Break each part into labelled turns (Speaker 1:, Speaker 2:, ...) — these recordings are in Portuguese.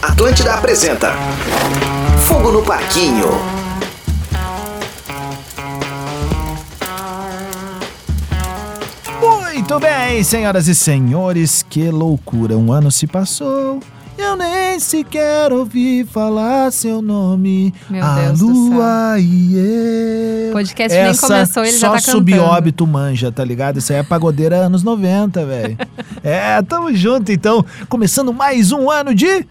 Speaker 1: Atlântida apresenta Fogo no Parquinho.
Speaker 2: Muito bem, senhoras e senhores, que loucura! Um ano se passou. Eu nem sequer ouvi falar seu nome.
Speaker 3: Meu
Speaker 2: a
Speaker 3: Deus do
Speaker 2: lua
Speaker 3: céu.
Speaker 2: e eu.
Speaker 3: O podcast nem
Speaker 2: Essa
Speaker 3: começou, ele já
Speaker 2: só
Speaker 3: tá
Speaker 2: subir
Speaker 3: cantando.
Speaker 2: óbito manja, tá ligado? Isso aí é pagodeira anos 90, velho. é, tamo junto então. Começando mais um ano de.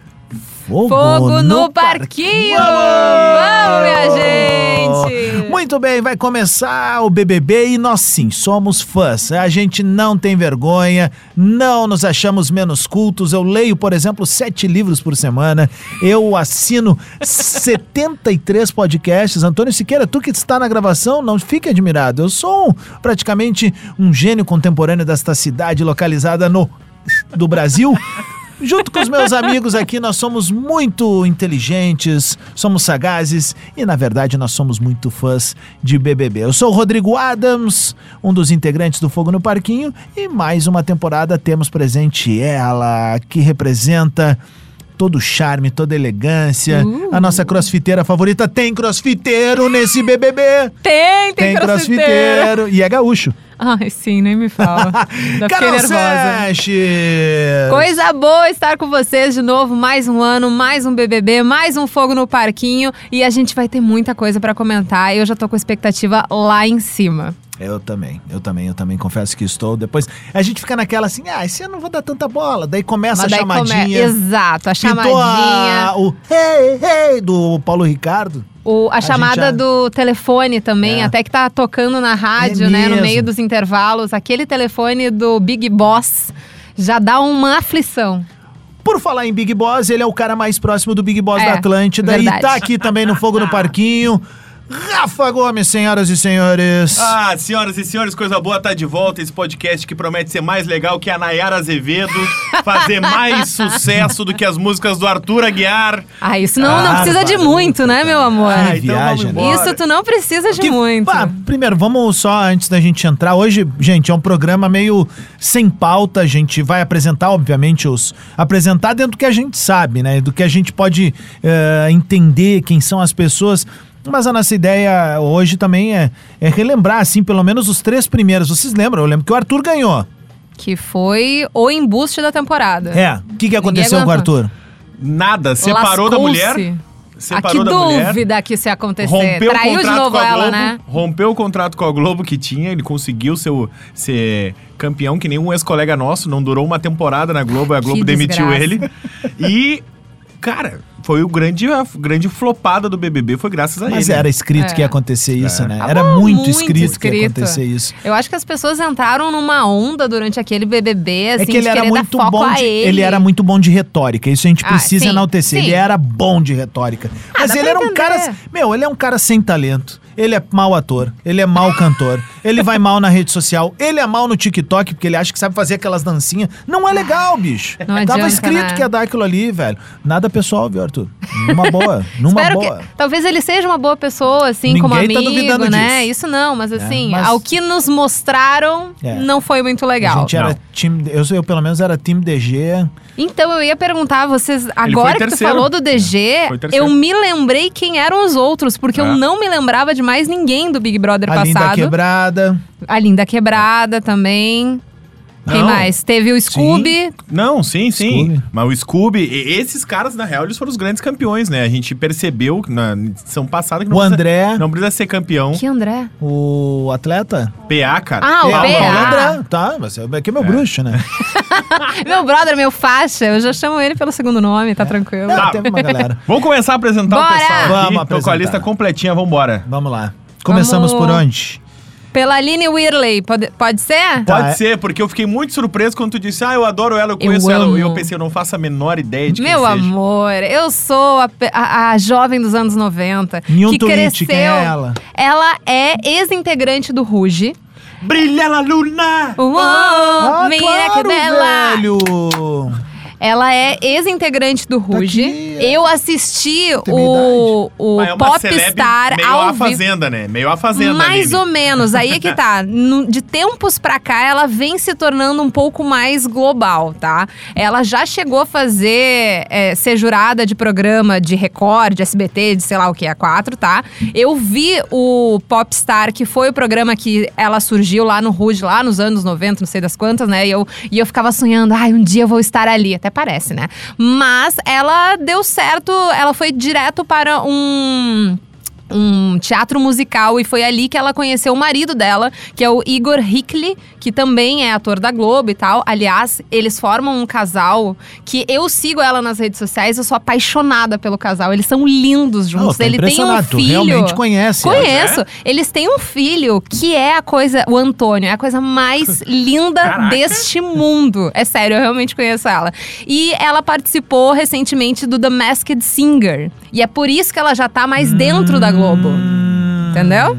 Speaker 2: Fogo,
Speaker 3: Fogo no parquinho! Vamos, minha gente!
Speaker 2: Muito bem, vai começar o BBB e nós sim somos fãs. A gente não tem vergonha, não nos achamos menos cultos. Eu leio, por exemplo, sete livros por semana. Eu assino 73 podcasts. Antônio Siqueira, tu que está na gravação, não fique admirado. Eu sou um- praticamente um gênio contemporâneo desta cidade localizada no do Brasil. Junto com os meus amigos aqui, nós somos muito inteligentes, somos sagazes e, na verdade, nós somos muito fãs de BBB. Eu sou o Rodrigo Adams, um dos integrantes do Fogo no Parquinho, e mais uma temporada temos presente ela, que representa todo o charme, toda a elegância.
Speaker 3: Uh.
Speaker 2: A nossa crossfiteira favorita tem crossfiteiro nesse BBB.
Speaker 3: Tem, tem, crossfiteiro.
Speaker 2: E é gaúcho.
Speaker 3: Ai, sim, nem me fala. Já fiquei
Speaker 2: Carol
Speaker 3: nervosa.
Speaker 2: Sanches!
Speaker 3: Coisa boa estar com vocês de novo, mais um ano, mais um BBB, mais um fogo no parquinho e a gente vai ter muita coisa pra comentar. Eu já tô com expectativa lá em cima.
Speaker 2: Eu também, eu também, eu também confesso que estou. Depois a gente fica naquela assim, ah, esse eu não vou dar tanta bola. Daí começa
Speaker 3: Mas
Speaker 2: a
Speaker 3: daí come-
Speaker 2: chamadinha.
Speaker 3: Exato, a
Speaker 2: Pintou
Speaker 3: chamadinha,
Speaker 2: a- o hey, hey do Paulo Ricardo.
Speaker 3: o- a,
Speaker 2: a gente
Speaker 3: chamada
Speaker 2: já-
Speaker 3: do telefone também,
Speaker 2: É.
Speaker 3: até que tá tocando na rádio,
Speaker 2: É
Speaker 3: né, no
Speaker 2: mesmo.
Speaker 3: meio dos intervalos, aquele telefone do Big Boss já dá uma aflição.
Speaker 2: Por falar em Big Boss, ele é o cara mais próximo do Big Boss
Speaker 3: É,
Speaker 2: da Atlântida
Speaker 3: verdade.
Speaker 2: e tá aqui também no Fogo no Parquinho. Rafa Gomes, senhoras e senhores.
Speaker 4: Ah, senhoras e senhores, coisa boa tá de volta. Esse podcast que promete ser mais legal que a Nayara Azevedo, fazer mais sucesso do que as músicas do Arthur Aguiar.
Speaker 3: Ah, isso não, não
Speaker 2: Ah,
Speaker 3: precisa de
Speaker 2: barulho,
Speaker 3: muito, né, meu amor?
Speaker 2: Ai,
Speaker 4: então
Speaker 2: viagem,
Speaker 4: vamos embora.
Speaker 3: né? isso tu não precisa de
Speaker 2: Que-
Speaker 3: muito.
Speaker 2: Ah, primeiro, vamos só antes da gente entrar. Hoje, gente, é um programa meio sem pauta. A gente vai apresentar, obviamente, os. Apresentar dentro do que a gente sabe, né? Do que a gente pode eh, entender quem são as pessoas. Mas a nossa ideia hoje também é, é relembrar, assim, pelo menos os três primeiros. Vocês lembram? Eu lembro que o Arthur ganhou.
Speaker 3: Que foi o embuste da temporada.
Speaker 2: É. O que, que aconteceu com o
Speaker 3: aguentou.
Speaker 2: Arthur?
Speaker 4: Nada, separou
Speaker 3: Lascou-se.
Speaker 4: da mulher.
Speaker 3: Ah,
Speaker 4: Separou
Speaker 3: que
Speaker 4: da mulher.
Speaker 3: dúvida que isso ia acontecer.
Speaker 4: Rompeu o
Speaker 3: Traiu
Speaker 4: contrato
Speaker 3: de novo
Speaker 4: com a
Speaker 3: ela,
Speaker 4: Globo,
Speaker 3: né?
Speaker 4: Rompeu o contrato com a Globo que tinha, ele conseguiu seu, ser campeão, que nenhum ex-colega nosso, não durou uma temporada na Globo, a Globo demitiu
Speaker 3: desgraça.
Speaker 4: ele. E, cara, foi o grande, a grande flopada do BBB, foi graças a ele.
Speaker 2: Mas era escrito
Speaker 3: É.
Speaker 2: que ia acontecer isso, né?
Speaker 3: Tava
Speaker 2: Era muito,
Speaker 3: muito
Speaker 2: escrito, que ia
Speaker 3: escrito.
Speaker 2: acontecer isso.
Speaker 3: Eu acho que as pessoas entraram numa onda durante aquele BBB, assim,
Speaker 2: é que ele
Speaker 3: de
Speaker 2: era
Speaker 3: querer
Speaker 2: muito
Speaker 3: dar foco
Speaker 2: bom
Speaker 3: a
Speaker 2: de,
Speaker 3: ele.
Speaker 2: era muito bom de retórica isso a gente
Speaker 3: Ah,
Speaker 2: precisa
Speaker 3: sim,
Speaker 2: enaltecer
Speaker 3: sim. Ah,
Speaker 2: ele era bom de retórica mas
Speaker 3: dá
Speaker 2: ele
Speaker 3: pra
Speaker 2: era um cara
Speaker 3: entender.
Speaker 2: meu ele é um cara sem talento ele é mau ator ele é mau cantor ele vai mal na rede social ele é mal no TikTok porque ele acha que sabe fazer aquelas dancinhas não é legal bicho É,
Speaker 3: Não
Speaker 2: tava
Speaker 3: adianta,
Speaker 2: escrito
Speaker 3: né?
Speaker 2: que ia dar aquilo ali velho nada pessoal viu Arthur numa boa numa
Speaker 3: Espero
Speaker 2: boa
Speaker 3: que. Talvez ele seja uma boa pessoa, assim, como
Speaker 2: Ninguém
Speaker 3: amigo,
Speaker 2: tá duvidando
Speaker 3: né?
Speaker 2: disso. É,
Speaker 3: Isso não, mas assim,
Speaker 2: mas-
Speaker 3: ao que nos mostraram,
Speaker 2: É.
Speaker 3: não foi muito
Speaker 2: A
Speaker 3: legal.
Speaker 2: gente era
Speaker 4: Não.
Speaker 2: time, eu, eu pelo menos era time DG.
Speaker 3: Então eu ia perguntar a vocês, agora que tu
Speaker 4: terceiro.
Speaker 3: falou do DG,
Speaker 4: Foi terceiro.
Speaker 3: eu me lembrei quem eram os outros, porque eu
Speaker 4: É.
Speaker 3: não me lembrava de mais ninguém do Big Brother
Speaker 2: A linda
Speaker 3: passado.
Speaker 2: quebrada.
Speaker 3: A Linda Quebrada também. Quem
Speaker 4: Não.
Speaker 3: mais? Teve o Scooby.
Speaker 4: Não, sim, sim.
Speaker 2: Scooby.
Speaker 4: Mas o Scooby, e- esses caras, na real, eles foram os grandes campeões, né? A gente percebeu que na edição passada que não,
Speaker 2: O
Speaker 4: precisa,
Speaker 2: André,
Speaker 4: não precisa ser campeão.
Speaker 3: Que André?
Speaker 2: o atleta.
Speaker 4: PA, cara.
Speaker 2: É,
Speaker 3: Ah, o
Speaker 4: Paulo,
Speaker 3: PA.
Speaker 4: Paulo André.
Speaker 2: André, tá, mas é que é meu bruxo, né?
Speaker 3: Meu brother, meu faixa. Eu já chamo ele pelo segundo nome, tá tranquilo.
Speaker 2: Não,
Speaker 4: Tá.
Speaker 2: teve uma galera.
Speaker 4: Vamos começar a apresentar
Speaker 3: Bora!
Speaker 4: o pessoal aqui.
Speaker 2: Vamos
Speaker 4: Tô com
Speaker 2: apresentar.
Speaker 4: a lista completinha, vambora.
Speaker 2: Vamos lá. Começamos
Speaker 3: Vamos-
Speaker 2: por onde?
Speaker 3: Pela Aline Whirley, pode, pode ser?
Speaker 2: Tá,
Speaker 4: Pode
Speaker 2: é-
Speaker 4: ser, porque eu fiquei muito surpreso quando tu disse, ah, eu adoro ela, eu conheço
Speaker 3: amo.
Speaker 4: ela. E eu pensei, eu não faço a menor ideia de quem
Speaker 3: Meu
Speaker 4: seja.
Speaker 3: amor, eu sou a, pe- a- a jovem dos anos 90.
Speaker 2: Em um
Speaker 3: que
Speaker 2: tweet,
Speaker 3: cresceu.
Speaker 2: quem é ela?
Speaker 3: Ela é ex-integrante do Ruge.
Speaker 4: Brilha la luna!
Speaker 3: Uou, menina que bela!
Speaker 2: Ah, velho!
Speaker 3: Ela é ex-integrante do
Speaker 2: Tá
Speaker 3: Ruge.
Speaker 2: aqui. é.
Speaker 3: Eu assisti
Speaker 2: minha
Speaker 3: o, o
Speaker 4: Mas é uma celeb
Speaker 3: Popstar
Speaker 4: meio
Speaker 3: ao
Speaker 4: a
Speaker 3: vivo.
Speaker 4: fazenda, né? Meio a fazenda.
Speaker 3: Mais
Speaker 4: Aline.
Speaker 3: ou menos, aí é que tá. No- De tempos pra cá, ela vem se tornando um pouco mais global, tá? Ela já chegou a fazer, é, ser jurada de programa de Record, de SBT, de sei lá o que, A4, tá? Eu vi o Popstar, que foi o programa que ela surgiu lá no Ruge, lá nos anos 90, não sei das quantas, né? E eu, e eu ficava sonhando, ai, um dia eu vou estar ali. Até parece, né? Mas ela deu certo, ela foi direto para um um teatro musical e foi ali que ela conheceu o marido dela, que é o Igor Hickley, que também é ator da Globo e tal. Aliás, eles formam um casal que eu sigo ela nas redes sociais, eu sou apaixonada pelo casal. Eles são lindos
Speaker 2: Não,
Speaker 3: juntos.
Speaker 2: tô
Speaker 3: Ele tem um
Speaker 2: impressionado, tu
Speaker 3: filho.
Speaker 2: realmente conhece.
Speaker 3: Conheço. Eles têm um filho que é a coisa, o Antônio, é a coisa mais linda
Speaker 4: Caraca.
Speaker 3: deste mundo. É sério, eu realmente conheço ela. E ela participou recentemente do The Masked Singer. E é por isso que ela já tá mais dentro da Globo.
Speaker 2: Hum,
Speaker 3: Entendeu?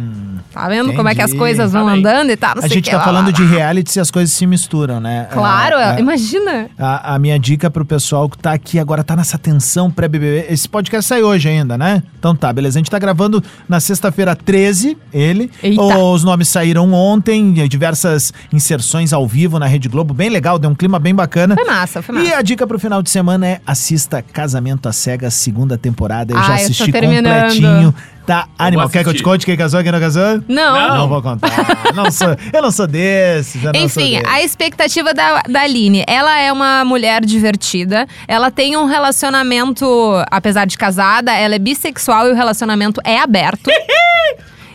Speaker 3: Tá vendo como é que as
Speaker 2: entendi.
Speaker 3: coisas vão
Speaker 4: Tá bem.
Speaker 3: andando e tal? Não
Speaker 2: A
Speaker 3: sei
Speaker 2: gente
Speaker 3: que
Speaker 2: tá
Speaker 3: lá,
Speaker 2: falando
Speaker 3: lá,
Speaker 2: de reality e as coisas se misturam, né?
Speaker 3: lá. Claro,
Speaker 2: É, é.
Speaker 3: imagina.
Speaker 2: A, a minha dica pro pessoal que tá aqui agora, tá nessa tensão pré-BBB. Esse podcast sai hoje ainda, né? Então tá, beleza. A gente tá gravando na sexta-feira 13, ele.
Speaker 3: Eita.
Speaker 2: Os nomes saíram ontem, eh, diversas inserções ao vivo na Rede Globo. Bem legal, deu um clima bem bacana.
Speaker 3: Foi massa, foi massa.
Speaker 2: E a dica pro final de semana é assista Casamento às Cegas, segunda temporada. Eu
Speaker 3: Ah,
Speaker 2: já
Speaker 3: eu tô
Speaker 2: assisti
Speaker 3: terminando.
Speaker 2: completinho. Tá animal.
Speaker 4: vou
Speaker 2: Quer que eu te
Speaker 4: assistir.
Speaker 2: conte quem casou, quem não casou?
Speaker 3: Não.
Speaker 2: Não vou contar. não sou, eu não sou desses. eu não sou
Speaker 3: Enfim,
Speaker 2: desses.
Speaker 3: a expectativa da, da Aline. Ela é uma mulher divertida. Ela tem um relacionamento, apesar de casada, ela é bissexual e o relacionamento é aberto.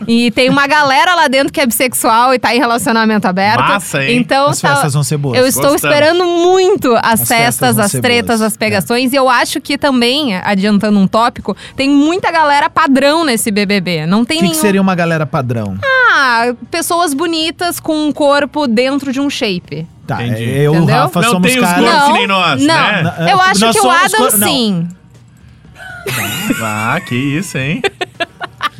Speaker 3: E tem uma galera lá dentro que é bissexual e tá em relacionamento aberto.
Speaker 4: Massa, hein?
Speaker 3: Então,
Speaker 2: As
Speaker 3: tá-
Speaker 2: festas vão ser boas.
Speaker 3: Eu estou
Speaker 4: Gostamos.
Speaker 3: esperando muito
Speaker 2: As
Speaker 3: as,
Speaker 2: festas
Speaker 3: festas,
Speaker 2: vão
Speaker 3: as
Speaker 2: ser
Speaker 3: tretas,
Speaker 2: boas. É.
Speaker 3: as pegações. E eu acho que também, adiantando um tópico, tem muita galera padrão nesse BBB. Não tem um
Speaker 2: O que, que
Speaker 3: nenhum...
Speaker 2: seria uma galera padrão?
Speaker 3: Ah, pessoas bonitas com um corpo dentro de um shape.
Speaker 2: Tá,
Speaker 4: Entendi.
Speaker 2: eu e o
Speaker 3: Entendeu?
Speaker 2: Rafa
Speaker 4: Ah, Não
Speaker 2: somos
Speaker 4: tem os
Speaker 2: caras.
Speaker 4: gordos. que nem nós,
Speaker 3: não.
Speaker 4: né?
Speaker 2: Não, é,
Speaker 3: Eu acho
Speaker 2: nós
Speaker 3: que o
Speaker 2: somos
Speaker 3: Adam
Speaker 2: co- não.
Speaker 3: sim.
Speaker 4: Ah, que isso, hein?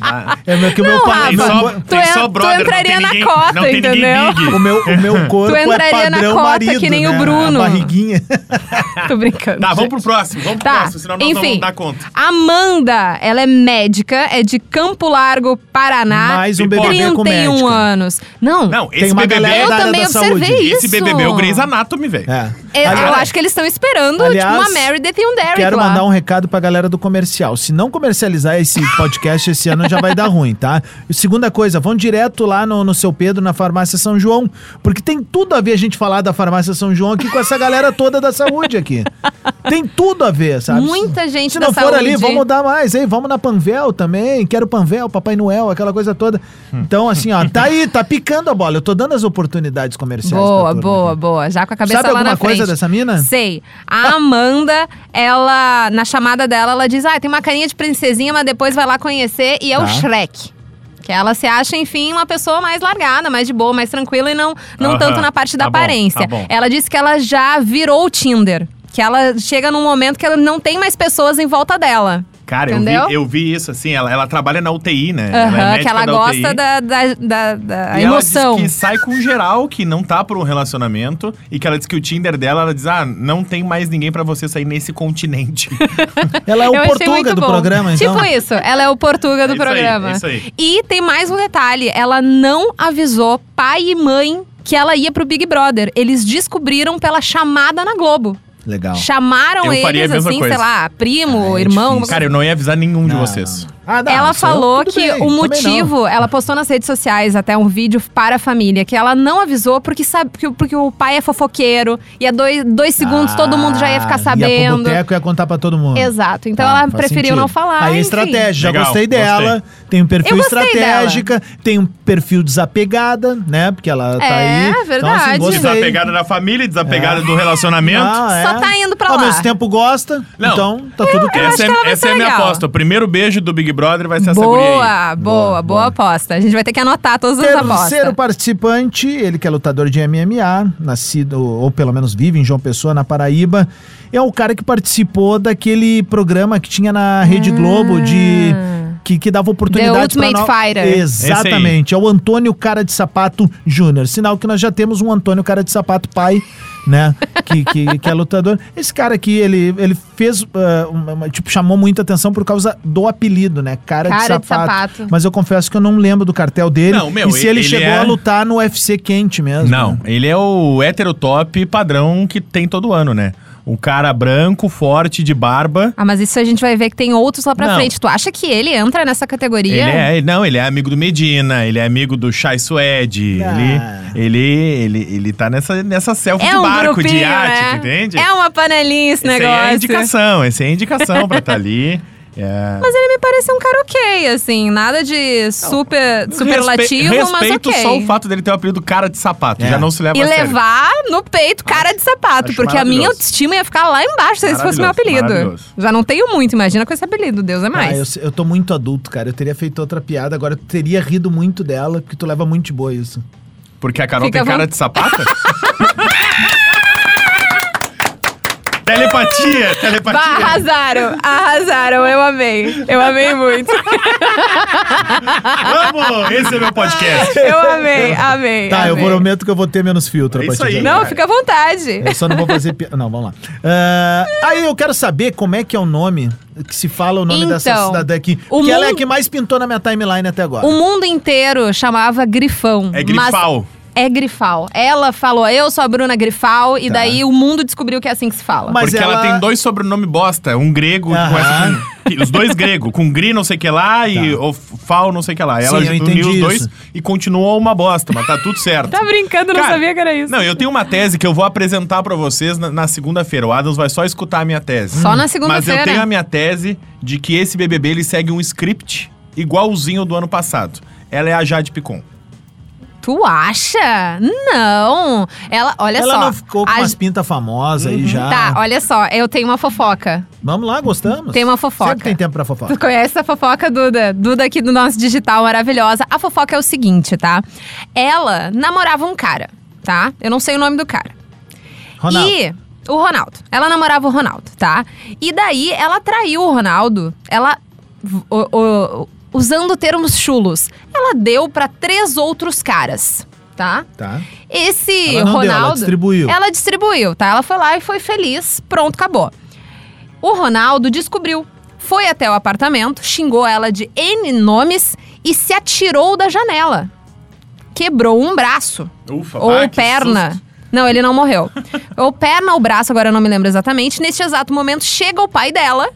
Speaker 4: Ah,
Speaker 2: É meu- que o meu
Speaker 3: Não,
Speaker 2: pai.
Speaker 4: tem
Speaker 3: Rafa,
Speaker 4: só,
Speaker 3: tu
Speaker 4: tem
Speaker 3: en-
Speaker 4: só
Speaker 3: tu
Speaker 4: brother, não
Speaker 3: entraria
Speaker 4: tem
Speaker 3: na
Speaker 4: ninguém-
Speaker 3: cota,
Speaker 4: não tem
Speaker 3: entendeu?
Speaker 4: Ninguém big.
Speaker 2: O meu, o meu corpo
Speaker 3: Tu
Speaker 2: é
Speaker 3: entraria na
Speaker 2: padrão
Speaker 3: cota,
Speaker 2: marido,
Speaker 3: que nem o
Speaker 2: né?
Speaker 3: Bruno.
Speaker 2: A barriguinha.
Speaker 3: Tô brincando.
Speaker 4: Tá, vamos
Speaker 3: gente.
Speaker 4: pro próximo, vamos pro
Speaker 3: Tá,
Speaker 4: próximo, senão nós não
Speaker 3: enfim.
Speaker 4: vamos dar conta.
Speaker 3: Amanda, ela é médica, é de Campo Largo, Paraná.
Speaker 2: Mais um
Speaker 4: pipoca.
Speaker 2: BBB com
Speaker 3: 31
Speaker 2: médica.
Speaker 3: anos. Não, é,
Speaker 4: Não,
Speaker 2: Tem
Speaker 4: esse
Speaker 2: uma
Speaker 4: BBB,
Speaker 2: galera
Speaker 3: eu
Speaker 2: da área
Speaker 3: também
Speaker 2: da
Speaker 3: observei
Speaker 2: saúde.
Speaker 3: isso.
Speaker 4: esse BBB é o Grey's Anatomy, velho.
Speaker 2: É.
Speaker 3: Eu, eu
Speaker 2: Aliás,
Speaker 3: acho que eles estão esperando
Speaker 2: aliás,
Speaker 3: tipo, uma Meredith e um Derek
Speaker 2: Quero
Speaker 3: lá.
Speaker 2: mandar um recado pra galera do comercial. Se não comercializar esse podcast esse ano, já vai dar ruim, tá? E segunda coisa, vão direto lá no, no seu Pedro, na farmácia São João. Porque tem tudo a ver a gente falar da farmácia São João aqui com essa galera toda da saúde aqui. Tem tudo a ver, sabe?
Speaker 3: Muita gente
Speaker 2: Se
Speaker 3: da
Speaker 2: não for
Speaker 3: saúde.
Speaker 2: ali, vamos dar mais, hein? Vamos na Panvel também. Quero Panvel, Papai Noel, aquela coisa toda. Então, assim, ó, tá aí, tá picando a bola. Eu tô dando as oportunidades
Speaker 4: é
Speaker 2: comerciais. pra
Speaker 3: Boa,
Speaker 2: turma.
Speaker 3: boa, boa. Já com a cabeça
Speaker 2: Sabe
Speaker 3: lá na
Speaker 2: alguma coisa
Speaker 3: frente.
Speaker 2: dessa mina?
Speaker 3: Sei. A Amanda, ela, na chamada dela, ela diz: Ah, tem uma carinha de princesinha, mas depois vai lá conhecer e é
Speaker 2: Tá.
Speaker 3: o Shrek. Que ela se acha, enfim, uma pessoa mais largada, mais de boa, mais tranquila e não, não
Speaker 4: Aham.
Speaker 3: tanto na parte da
Speaker 4: Tá bom,
Speaker 3: aparência.
Speaker 4: tá bom.
Speaker 3: Ela disse que ela já virou o Tinder. Que ela chega num momento que ela não tem mais pessoas em volta dela.
Speaker 4: Cara, eu vi,
Speaker 3: entendeu?
Speaker 4: eu vi isso, assim, ela, ela trabalha na UTI, né?
Speaker 3: Aham,
Speaker 4: ela é médica
Speaker 3: que ela
Speaker 4: da
Speaker 3: gosta
Speaker 4: UTI.
Speaker 3: da, da, da, da
Speaker 4: E
Speaker 3: emoção.
Speaker 4: ela diz que sai com um geral, que não tá por um relacionamento. E que ela diz que o Tinder dela, ela diz, ah, não tem mais ninguém pra você sair nesse continente.
Speaker 2: Ela é o
Speaker 3: Eu achei
Speaker 2: Portuga
Speaker 3: muito
Speaker 2: do
Speaker 3: bom.
Speaker 2: programa, então.
Speaker 3: Tipo isso, ela é o Portuga do
Speaker 4: É isso aí,
Speaker 3: programa.
Speaker 4: é isso aí.
Speaker 3: E tem mais um detalhe: ela não avisou pai e mãe que ela ia pro Big Brother. Eles descobriram pela chamada na Globo.
Speaker 2: Legal.
Speaker 3: Chamaram
Speaker 4: Eu faria
Speaker 3: eles,
Speaker 4: a mesma
Speaker 3: assim,
Speaker 4: coisa.
Speaker 3: sei lá, primo,
Speaker 2: Ah, é
Speaker 3: irmão. uma
Speaker 4: Cara, eu não ia avisar nenhum de
Speaker 2: Não,
Speaker 4: vocês.
Speaker 2: não, não. Ah, não,
Speaker 3: ela
Speaker 2: isso eu-
Speaker 3: falou
Speaker 2: tudo
Speaker 3: que
Speaker 2: bem,
Speaker 3: o
Speaker 2: também não.
Speaker 3: motivo, ela postou nas redes sociais até um vídeo para a família, que ela não avisou porque sabe porque, o- porque o pai é fofoqueiro e há dois, dois segundos todo mundo já ia
Speaker 2: Ah,
Speaker 3: ficar
Speaker 2: Ia pro
Speaker 3: sabendo.
Speaker 2: boteco e ia contar pra todo mundo.
Speaker 3: Exato. Então
Speaker 2: Ah,
Speaker 3: ela
Speaker 2: faz
Speaker 3: preferiu
Speaker 2: sentido.
Speaker 3: não falar.
Speaker 2: Aí é
Speaker 3: enfim.
Speaker 2: estratégia, já
Speaker 4: Legal,
Speaker 2: gostei dela. Tem um perfil
Speaker 3: Eu gostei
Speaker 2: estratégica, tem um perfil desapegada, né? Porque ela tá
Speaker 3: É,
Speaker 2: aí.
Speaker 3: verdade.
Speaker 2: Então, assim, gostei.
Speaker 4: Desapegada da família, desapegada
Speaker 2: É.
Speaker 4: do relacionamento.
Speaker 2: Ah,
Speaker 3: Só tá indo pra
Speaker 2: Ao
Speaker 3: lá.
Speaker 2: mesmo tempo gosta,
Speaker 4: Não.
Speaker 2: então tá tudo bem.
Speaker 3: acho
Speaker 4: Essa, é,
Speaker 3: que ela vai
Speaker 4: essa é
Speaker 3: ser
Speaker 4: a minha
Speaker 3: legal.
Speaker 4: aposta. O primeiro beijo do Big Brother vai ser essa guria aí.
Speaker 3: Boa, boa, boa,
Speaker 2: boa.
Speaker 3: aposta. A gente vai ter que anotar todas as
Speaker 2: Terceiro
Speaker 3: apostas.
Speaker 2: participante, ele que é lutador de MMA, nascido, ou pelo menos vive em João Pessoa, na Paraíba, é o cara que participou daquele programa que tinha na Rede Globo de. Que, que dava oportunidade
Speaker 3: Hum. Ultimate
Speaker 2: pra no-
Speaker 3: Fighter.
Speaker 2: Exatamente, é o Antônio Cara de Sapato Júnior. Sinal que nós já temos um Antônio Cara de Sapato pai né? Que, que, que é lutador. Esse cara aqui, ele, ele fez. ah, uma- uma- tipo, chamou muita atenção por causa do apelido, né? Cara,
Speaker 3: Cara
Speaker 2: de, sapato.
Speaker 3: de sapato.
Speaker 2: Mas eu confesso que eu não lembro do cartel dele.
Speaker 4: Não, meu,
Speaker 2: e se ele,
Speaker 4: ele
Speaker 2: chegou
Speaker 4: é-
Speaker 2: a lutar no UFC quente mesmo.
Speaker 4: Não,
Speaker 2: né?
Speaker 4: ele é o hétero top padrão que tem todo ano, né? Um cara branco, forte, de barba.
Speaker 3: Ah, mas isso a gente vai ver que tem outros lá pra
Speaker 4: Não.
Speaker 3: frente. Tu acha que ele entra nessa
Speaker 4: Ele
Speaker 3: categoria?
Speaker 4: é, não, ele é amigo do Medina, ele é amigo do Chai Suede.
Speaker 2: Ah.
Speaker 4: Ele, ele, ele, ele tá nessa, nessa selfie
Speaker 3: É
Speaker 4: de
Speaker 3: um
Speaker 4: barco,
Speaker 3: grupinho,
Speaker 4: de iate,
Speaker 3: né?
Speaker 4: tu entende?
Speaker 3: É uma panelinha esse
Speaker 4: Esse aí
Speaker 3: negócio.
Speaker 4: é a indicação, esse aí é a indicação pra estar tá ali. É.
Speaker 3: Mas ele me parece um cara ok, assim. Nada de super, superlativo,
Speaker 4: Respe-
Speaker 3: mas
Speaker 4: Respeito
Speaker 3: ok.
Speaker 4: só o fato dele ter o apelido cara de sapato,
Speaker 2: É.
Speaker 4: já não se leva
Speaker 3: e
Speaker 4: a sério.
Speaker 3: levar no peito cara de sapato,
Speaker 4: acho
Speaker 3: porque a minha
Speaker 4: maravilhoso.
Speaker 3: autoestima ia ficar lá embaixo se esse fosse meu
Speaker 4: Maravilhoso,
Speaker 3: apelido.
Speaker 4: maravilhoso.
Speaker 3: Já não tenho muito, imagina com esse apelido, Deus é
Speaker 2: Ah, eu,
Speaker 3: mais.
Speaker 2: eu tô muito adulto, cara. Eu teria feito outra piada, agora eu teria rido muito dela, porque tu leva muito de boa isso.
Speaker 4: Porque a Carol
Speaker 3: Fica
Speaker 4: tem
Speaker 3: à
Speaker 4: cara
Speaker 3: vontade.
Speaker 4: de sapata? telepatia,
Speaker 3: Bah,
Speaker 4: telepatia.
Speaker 3: arrasaram, arrasaram, eu amei. Eu amei muito.
Speaker 4: Vamos, esse é meu podcast.
Speaker 3: Eu amei, amei.
Speaker 2: Tá, eu
Speaker 3: amei.
Speaker 2: prometo que eu vou ter menos filtro.
Speaker 4: É
Speaker 2: a partir
Speaker 4: isso aí.
Speaker 2: de agora.
Speaker 3: Não, fica à vontade.
Speaker 2: Eu só não vou fazer piada. Não, vamos lá. Ah, aí eu quero saber como é que é o nome que se fala o nome dessa
Speaker 3: Então,
Speaker 2: cidadã aqui. Porque
Speaker 3: o
Speaker 2: ela é a
Speaker 3: mundo- Hum,
Speaker 2: que mais pintou na minha timeline até agora.
Speaker 3: O mundo inteiro chamava Grifão.
Speaker 4: É grifal.
Speaker 3: mas É Grifal. Ela falou, eu sou a Bruna Grifal, e daí o mundo descobriu que é assim que se fala.
Speaker 2: Tá. Mas
Speaker 4: Porque ela...
Speaker 2: ela-
Speaker 4: tem dois sobrenome bosta, um grego com
Speaker 2: Aham.
Speaker 4: essa- que- os dois grego, com gri não sei o que lá e o fal não sei o que lá. Ela
Speaker 2: Sim, eu entendi
Speaker 4: uniu os dois
Speaker 2: isso.
Speaker 4: e continuou uma bosta, mas tá tudo certo.
Speaker 3: Tá brincando, não
Speaker 4: Cara,
Speaker 3: sabia que era isso.
Speaker 4: Não, eu tenho uma tese que eu vou apresentar pra vocês na, na segunda-feira. O Adams vai só escutar a minha tese.
Speaker 3: Só na
Speaker 4: Mas eu
Speaker 3: segunda-feira.
Speaker 4: tenho a minha tese de que esse BBB ele segue um script igualzinho do ano passado. Ela é a Jade Picon.
Speaker 3: Tu acha? Não. Ela, olha
Speaker 2: ela
Speaker 3: só.
Speaker 2: não ficou com Ah.
Speaker 3: a-
Speaker 2: umas pintas famosas aí já.
Speaker 3: Tá, olha só, eu tenho uma fofoca.
Speaker 2: Vamos lá, gostamos.
Speaker 3: Tem uma fofoca.
Speaker 2: Sempre tem tempo pra
Speaker 3: Tu
Speaker 2: fofoca.
Speaker 3: conhece a fofoca, Duda? Duda aqui do nosso digital maravilhosa. A fofoca é o seguinte, tá? Ela namorava um cara, tá? Eu não sei o nome do cara.
Speaker 2: Ronaldo.
Speaker 3: E o Ronaldo. Ela namorava o Ronaldo, tá? E daí ela traiu o Ronaldo. Ela. o- o- usando termos chulos, ela deu pra três outros caras, tá?
Speaker 2: Tá.
Speaker 3: Esse
Speaker 2: Ela não deu,
Speaker 3: Ronaldo.
Speaker 2: ela distribuiu.
Speaker 3: Ela distribuiu, tá? Ela foi lá e foi feliz. Pronto, acabou. O Ronaldo descobriu. Foi até o apartamento, xingou ela de N nomes e se atirou da janela. Quebrou um braço.
Speaker 4: Ufa,
Speaker 3: Ou perna. Não, ele não morreu. ou perna ou braço, agora eu não me lembro exatamente. Neste exato momento, chega o pai dela,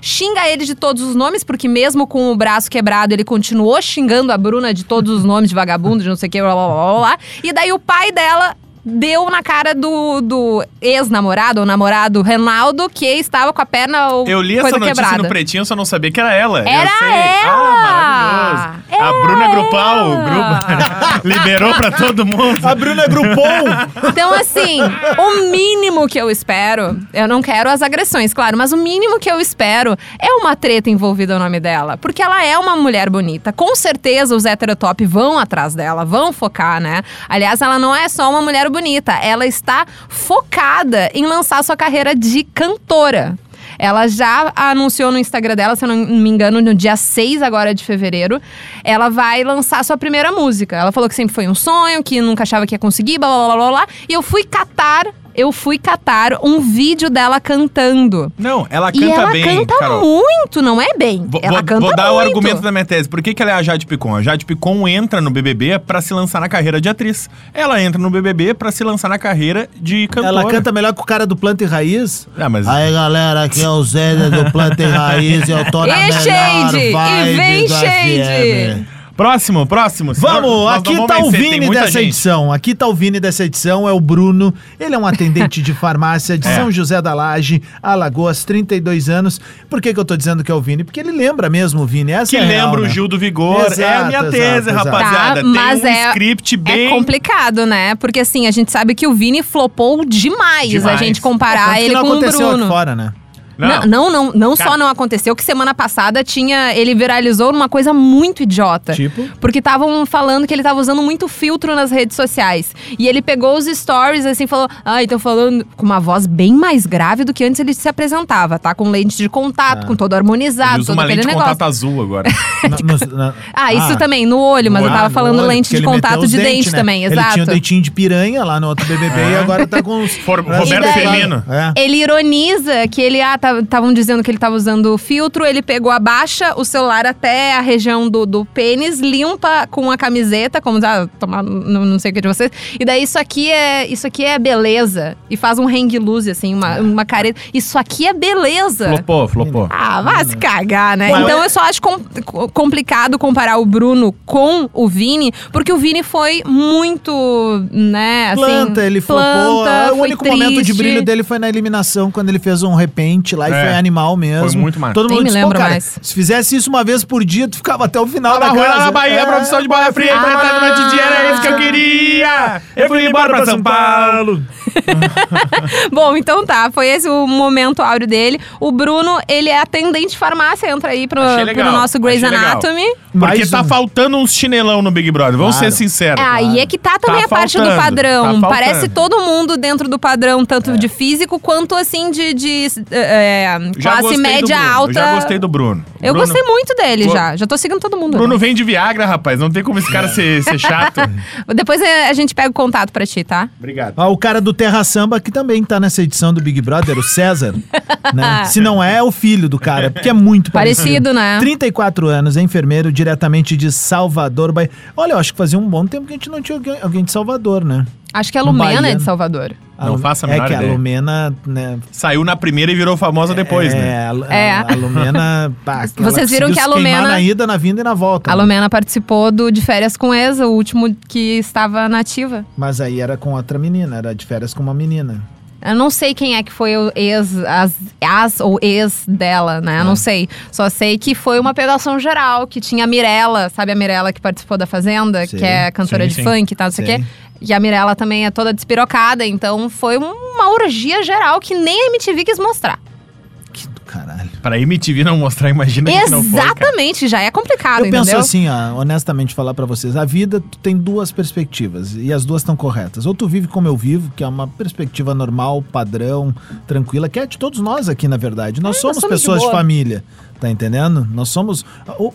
Speaker 3: xinga ele de todos os nomes, porque mesmo com o braço quebrado, ele continuou xingando a Bruna de todos os nomes, de vagabundo, de não sei o que, blá, blá, blá, blá, blá. E daí o pai dela deu na cara do, do ex-namorado, ou namorado Renaldo, que estava com a perna ou
Speaker 4: Eu li
Speaker 3: coisa
Speaker 4: essa notícia
Speaker 3: quebrada.
Speaker 4: no pretinho, só não sabia que era ela.
Speaker 3: Era
Speaker 4: eu sei.
Speaker 3: ela!
Speaker 4: Ah, maravilhoso. a Bruna Grupal, o
Speaker 3: ela!
Speaker 4: grupo liberou pra todo mundo.
Speaker 2: A Bruna é Grupom!
Speaker 3: Então, assim, o mínimo que eu espero, eu não quero as agressões, claro, mas o mínimo que eu espero é uma treta envolvida no nome dela. Porque ela é uma mulher bonita. Com certeza os heterotop vão atrás dela, vão focar, né? Aliás, ela não é só uma mulher bonita, ela está focada em lançar sua carreira de cantora. Ela já anunciou no Instagram dela, se eu não me engano, no dia 6 agora de fevereiro, ela vai lançar sua primeira música. Ela falou que sempre foi um sonho, que nunca achava que ia conseguir, blá blá blá blá. blá. E eu fui catar, eu fui catar um vídeo dela cantando.
Speaker 4: Não, ela
Speaker 3: e
Speaker 4: canta
Speaker 3: ela
Speaker 4: bem,
Speaker 3: canta
Speaker 4: Carol.
Speaker 3: muito, não é bem.
Speaker 4: Vou,
Speaker 3: ela
Speaker 4: vou-
Speaker 3: canta
Speaker 4: vou dar
Speaker 3: muito.
Speaker 4: o argumento da minha tese. Por que, que ela é a Jade Picon? A Jade Picon entra no BBB pra se lançar na carreira de atriz. Ela entra no BBB pra se lançar na carreira de cantora.
Speaker 2: Ela canta melhor que o cara do Planta e Raiz?
Speaker 4: Ah, mas-
Speaker 2: Aí, galera, aqui é o Zé do Planta e Raiz e eu tô na
Speaker 3: E
Speaker 2: melhor
Speaker 3: Shade! E
Speaker 2: vibe
Speaker 3: vem
Speaker 2: do
Speaker 3: Shade!
Speaker 2: FM.
Speaker 4: Próximo, próximo.
Speaker 2: Vamos,
Speaker 4: Senão nós
Speaker 2: aqui
Speaker 4: não vamos
Speaker 2: tá o
Speaker 4: vencer, tem
Speaker 2: Vini
Speaker 4: muita
Speaker 2: dessa
Speaker 4: gente.
Speaker 2: edição. Aqui tá o Vini dessa edição, é o Bruno. Ele é um atendente de farmácia
Speaker 4: É.
Speaker 2: de São José da Laje, Alagoas, 32 anos. Por que, que eu tô dizendo que é o Vini? Porque ele lembra mesmo o Vini. Essa
Speaker 4: Que
Speaker 2: é a real,
Speaker 4: lembra o
Speaker 2: né?
Speaker 4: Gil do Vigor. é a minha
Speaker 2: Exato,
Speaker 4: tese,
Speaker 2: exato, exato.
Speaker 4: rapaziada.
Speaker 3: Tá, mas
Speaker 4: tem um
Speaker 3: é-
Speaker 4: script bem...
Speaker 3: É complicado, né? Porque assim, a gente sabe que o Vini flopou demais,
Speaker 4: Demais. É,
Speaker 3: a gente
Speaker 2: Tanto
Speaker 3: comparar
Speaker 2: que
Speaker 3: ele
Speaker 2: não
Speaker 3: com o
Speaker 2: aconteceu aqui
Speaker 3: Bruno.
Speaker 2: fora, né?
Speaker 3: Não, não, não, não só não aconteceu, que semana passada tinha. Ele viralizou numa coisa muito idiota.
Speaker 2: Tipo?
Speaker 3: Porque estavam falando que ele tava usando muito filtro nas redes sociais. E ele pegou os stories assim e falou: Ai, tô falando com uma voz bem mais grave do que antes ele se apresentava, tá? Com lente de contato, com todo harmonizado,
Speaker 4: Ele usa
Speaker 3: todo
Speaker 4: uma
Speaker 3: aquele
Speaker 4: lente de
Speaker 3: negócio.
Speaker 4: contato azul agora.
Speaker 2: Na- nos- na-
Speaker 3: Ah, isso também, no olho, mas
Speaker 4: no
Speaker 3: eu
Speaker 4: olho,
Speaker 3: tava
Speaker 2: no
Speaker 3: falando
Speaker 2: olho,
Speaker 3: lente
Speaker 2: Ah, porque
Speaker 3: de
Speaker 2: ele meteu
Speaker 3: contato
Speaker 2: os
Speaker 3: de
Speaker 2: dente,
Speaker 3: dente
Speaker 2: né?
Speaker 3: também,
Speaker 2: Ele tinha o
Speaker 3: exato.
Speaker 2: dentinho de piranha lá no outro BBB e agora tá com os...
Speaker 4: For-
Speaker 2: nas
Speaker 4: É? Roberto
Speaker 2: costas.
Speaker 4: Firmino.
Speaker 2: É.
Speaker 3: Ele ironiza que ele, ah, estavam dizendo que ele tava usando filtro, ele pegou a baixa, o celular até a região do, do pênis, limpa com a camiseta, como, ah, tomar, não, não sei o que de vocês. E daí isso aqui é, isso aqui é beleza. E faz um hang loose, assim,
Speaker 2: Ah.
Speaker 3: uma, uma careta. Isso aqui é beleza.
Speaker 4: flopou, flopou.
Speaker 3: Ah, vai se cagar, né?
Speaker 4: Mas
Speaker 2: é
Speaker 3: então eu só acho com- co- complicado comparar o Bruno com o Vini, porque o Vini foi muito, né, assim...
Speaker 2: planta, ele flopou.
Speaker 3: planta,
Speaker 2: Ah, o
Speaker 3: foi
Speaker 2: único momento de
Speaker 3: triste.
Speaker 2: brilho dele foi na eliminação, quando ele fez um repente lá e
Speaker 4: É.
Speaker 2: foi animal mesmo.
Speaker 4: Foi muito massa.
Speaker 2: Todo
Speaker 3: Nem
Speaker 2: mundo
Speaker 3: me
Speaker 2: disse, pô,
Speaker 3: lembro
Speaker 2: cara,
Speaker 3: mais.
Speaker 2: se fizesse isso uma vez por dia, tu ficava até o final
Speaker 4: Lá
Speaker 2: da
Speaker 4: na rua,
Speaker 2: casa.
Speaker 4: lá na Bahia,
Speaker 2: É.
Speaker 4: produção de bola fria, tratada durante o dia, era isso que eu queria! Eu fui embora pra São Paulo!
Speaker 3: Bom, então tá, foi esse o momento áureo dele. O Bruno, ele é atendente de farmácia, entra aí pro,
Speaker 4: Achei legal,
Speaker 3: pro nosso Grey's
Speaker 4: achei legal.
Speaker 3: Anatomy.
Speaker 4: Porque
Speaker 2: Mais
Speaker 4: tá
Speaker 2: um.
Speaker 4: faltando uns chinelão no Big Brother, vamos
Speaker 2: Claro.
Speaker 4: ser sinceros.
Speaker 3: Ah, e é que tá também
Speaker 4: Tá
Speaker 3: a parte do
Speaker 4: faltando, tá
Speaker 3: padrão.
Speaker 4: faltando. É.
Speaker 3: Parece todo mundo dentro do padrão, tanto de físico quanto assim de, de, eh, eh,
Speaker 4: Já
Speaker 3: classe
Speaker 4: gostei do
Speaker 3: média
Speaker 4: Bruno,
Speaker 3: alta.
Speaker 4: Já gostei do Bruno.
Speaker 3: Eu
Speaker 4: Bruno-
Speaker 3: gostei muito dele
Speaker 4: Bruno-
Speaker 3: já. Já tô seguindo todo mundo.
Speaker 4: Bruno vem de Viagra, rapaz, não tem como esse cara ser, ser chato.
Speaker 3: Depois eh, a gente pega o contato pra ti, tá?
Speaker 4: Obrigado.
Speaker 2: Ah, o cara do Terra Samba que também tá nessa edição do Big Brother, o César. né? Se não é, é o filho do cara, porque é muito parecido.
Speaker 3: Parecido, né?
Speaker 2: 34 anos, é enfermeiro, diretamente de Salvador, Bahia. Olha, eu acho que fazia um bom tempo que a gente não tinha alguém, alguém de Salvador, né?
Speaker 3: Acho que a
Speaker 2: No
Speaker 3: Lumena
Speaker 2: Bahia,
Speaker 3: é
Speaker 2: né?
Speaker 3: de Salvador.
Speaker 2: A
Speaker 4: Não
Speaker 2: Lu-
Speaker 4: faço a
Speaker 2: É
Speaker 4: menor
Speaker 2: que a
Speaker 4: ideia.
Speaker 2: Lumena, né?
Speaker 4: Saiu na primeira e virou famosa depois,
Speaker 2: é,
Speaker 4: né?
Speaker 2: A,
Speaker 3: É.
Speaker 2: a- a Lumena. pá,
Speaker 3: Vocês
Speaker 2: ela
Speaker 3: viram
Speaker 2: conseguiu
Speaker 3: que a
Speaker 2: se queimar
Speaker 3: Lumena-
Speaker 2: na ida, na vinda e na volta.
Speaker 4: Tá.
Speaker 3: A
Speaker 2: né?
Speaker 3: Lumena participou do De Férias com Ex, o último que estava nativa.
Speaker 2: Mas aí era com outra menina, era de férias com uma menina.
Speaker 3: Eu não sei quem é que foi o ex, as, as ou ex dela, né? Eu Não sei. Só sei que foi uma pegação geral, que tinha a Mirella, sabe a Mirella que participou da Fazenda,
Speaker 2: Sim,
Speaker 3: que é cantora
Speaker 4: sim,
Speaker 3: de
Speaker 4: sim.
Speaker 3: funk e tal, não sei o quê.
Speaker 2: Sim.
Speaker 3: E a Mirella também é toda despirocada, então foi uma orgia geral que nem a MTV quis mostrar.
Speaker 2: Que do caralho.
Speaker 4: Pra MTV não mostrar, imagina é que não foi, cara.
Speaker 3: Exatamente, já é complicado,
Speaker 2: Eu
Speaker 3: entendeu?
Speaker 2: penso assim, ó, honestamente falar pra vocês, a vida tu tem duas perspectivas e as duas estão corretas. Ou tu vive como eu vivo, que é uma perspectiva normal, padrão, tranquila, que é de todos nós aqui, na verdade. Nós somos,
Speaker 3: É, somos de
Speaker 2: pessoas de,
Speaker 3: boa.
Speaker 2: família, tá entendendo? Nós somos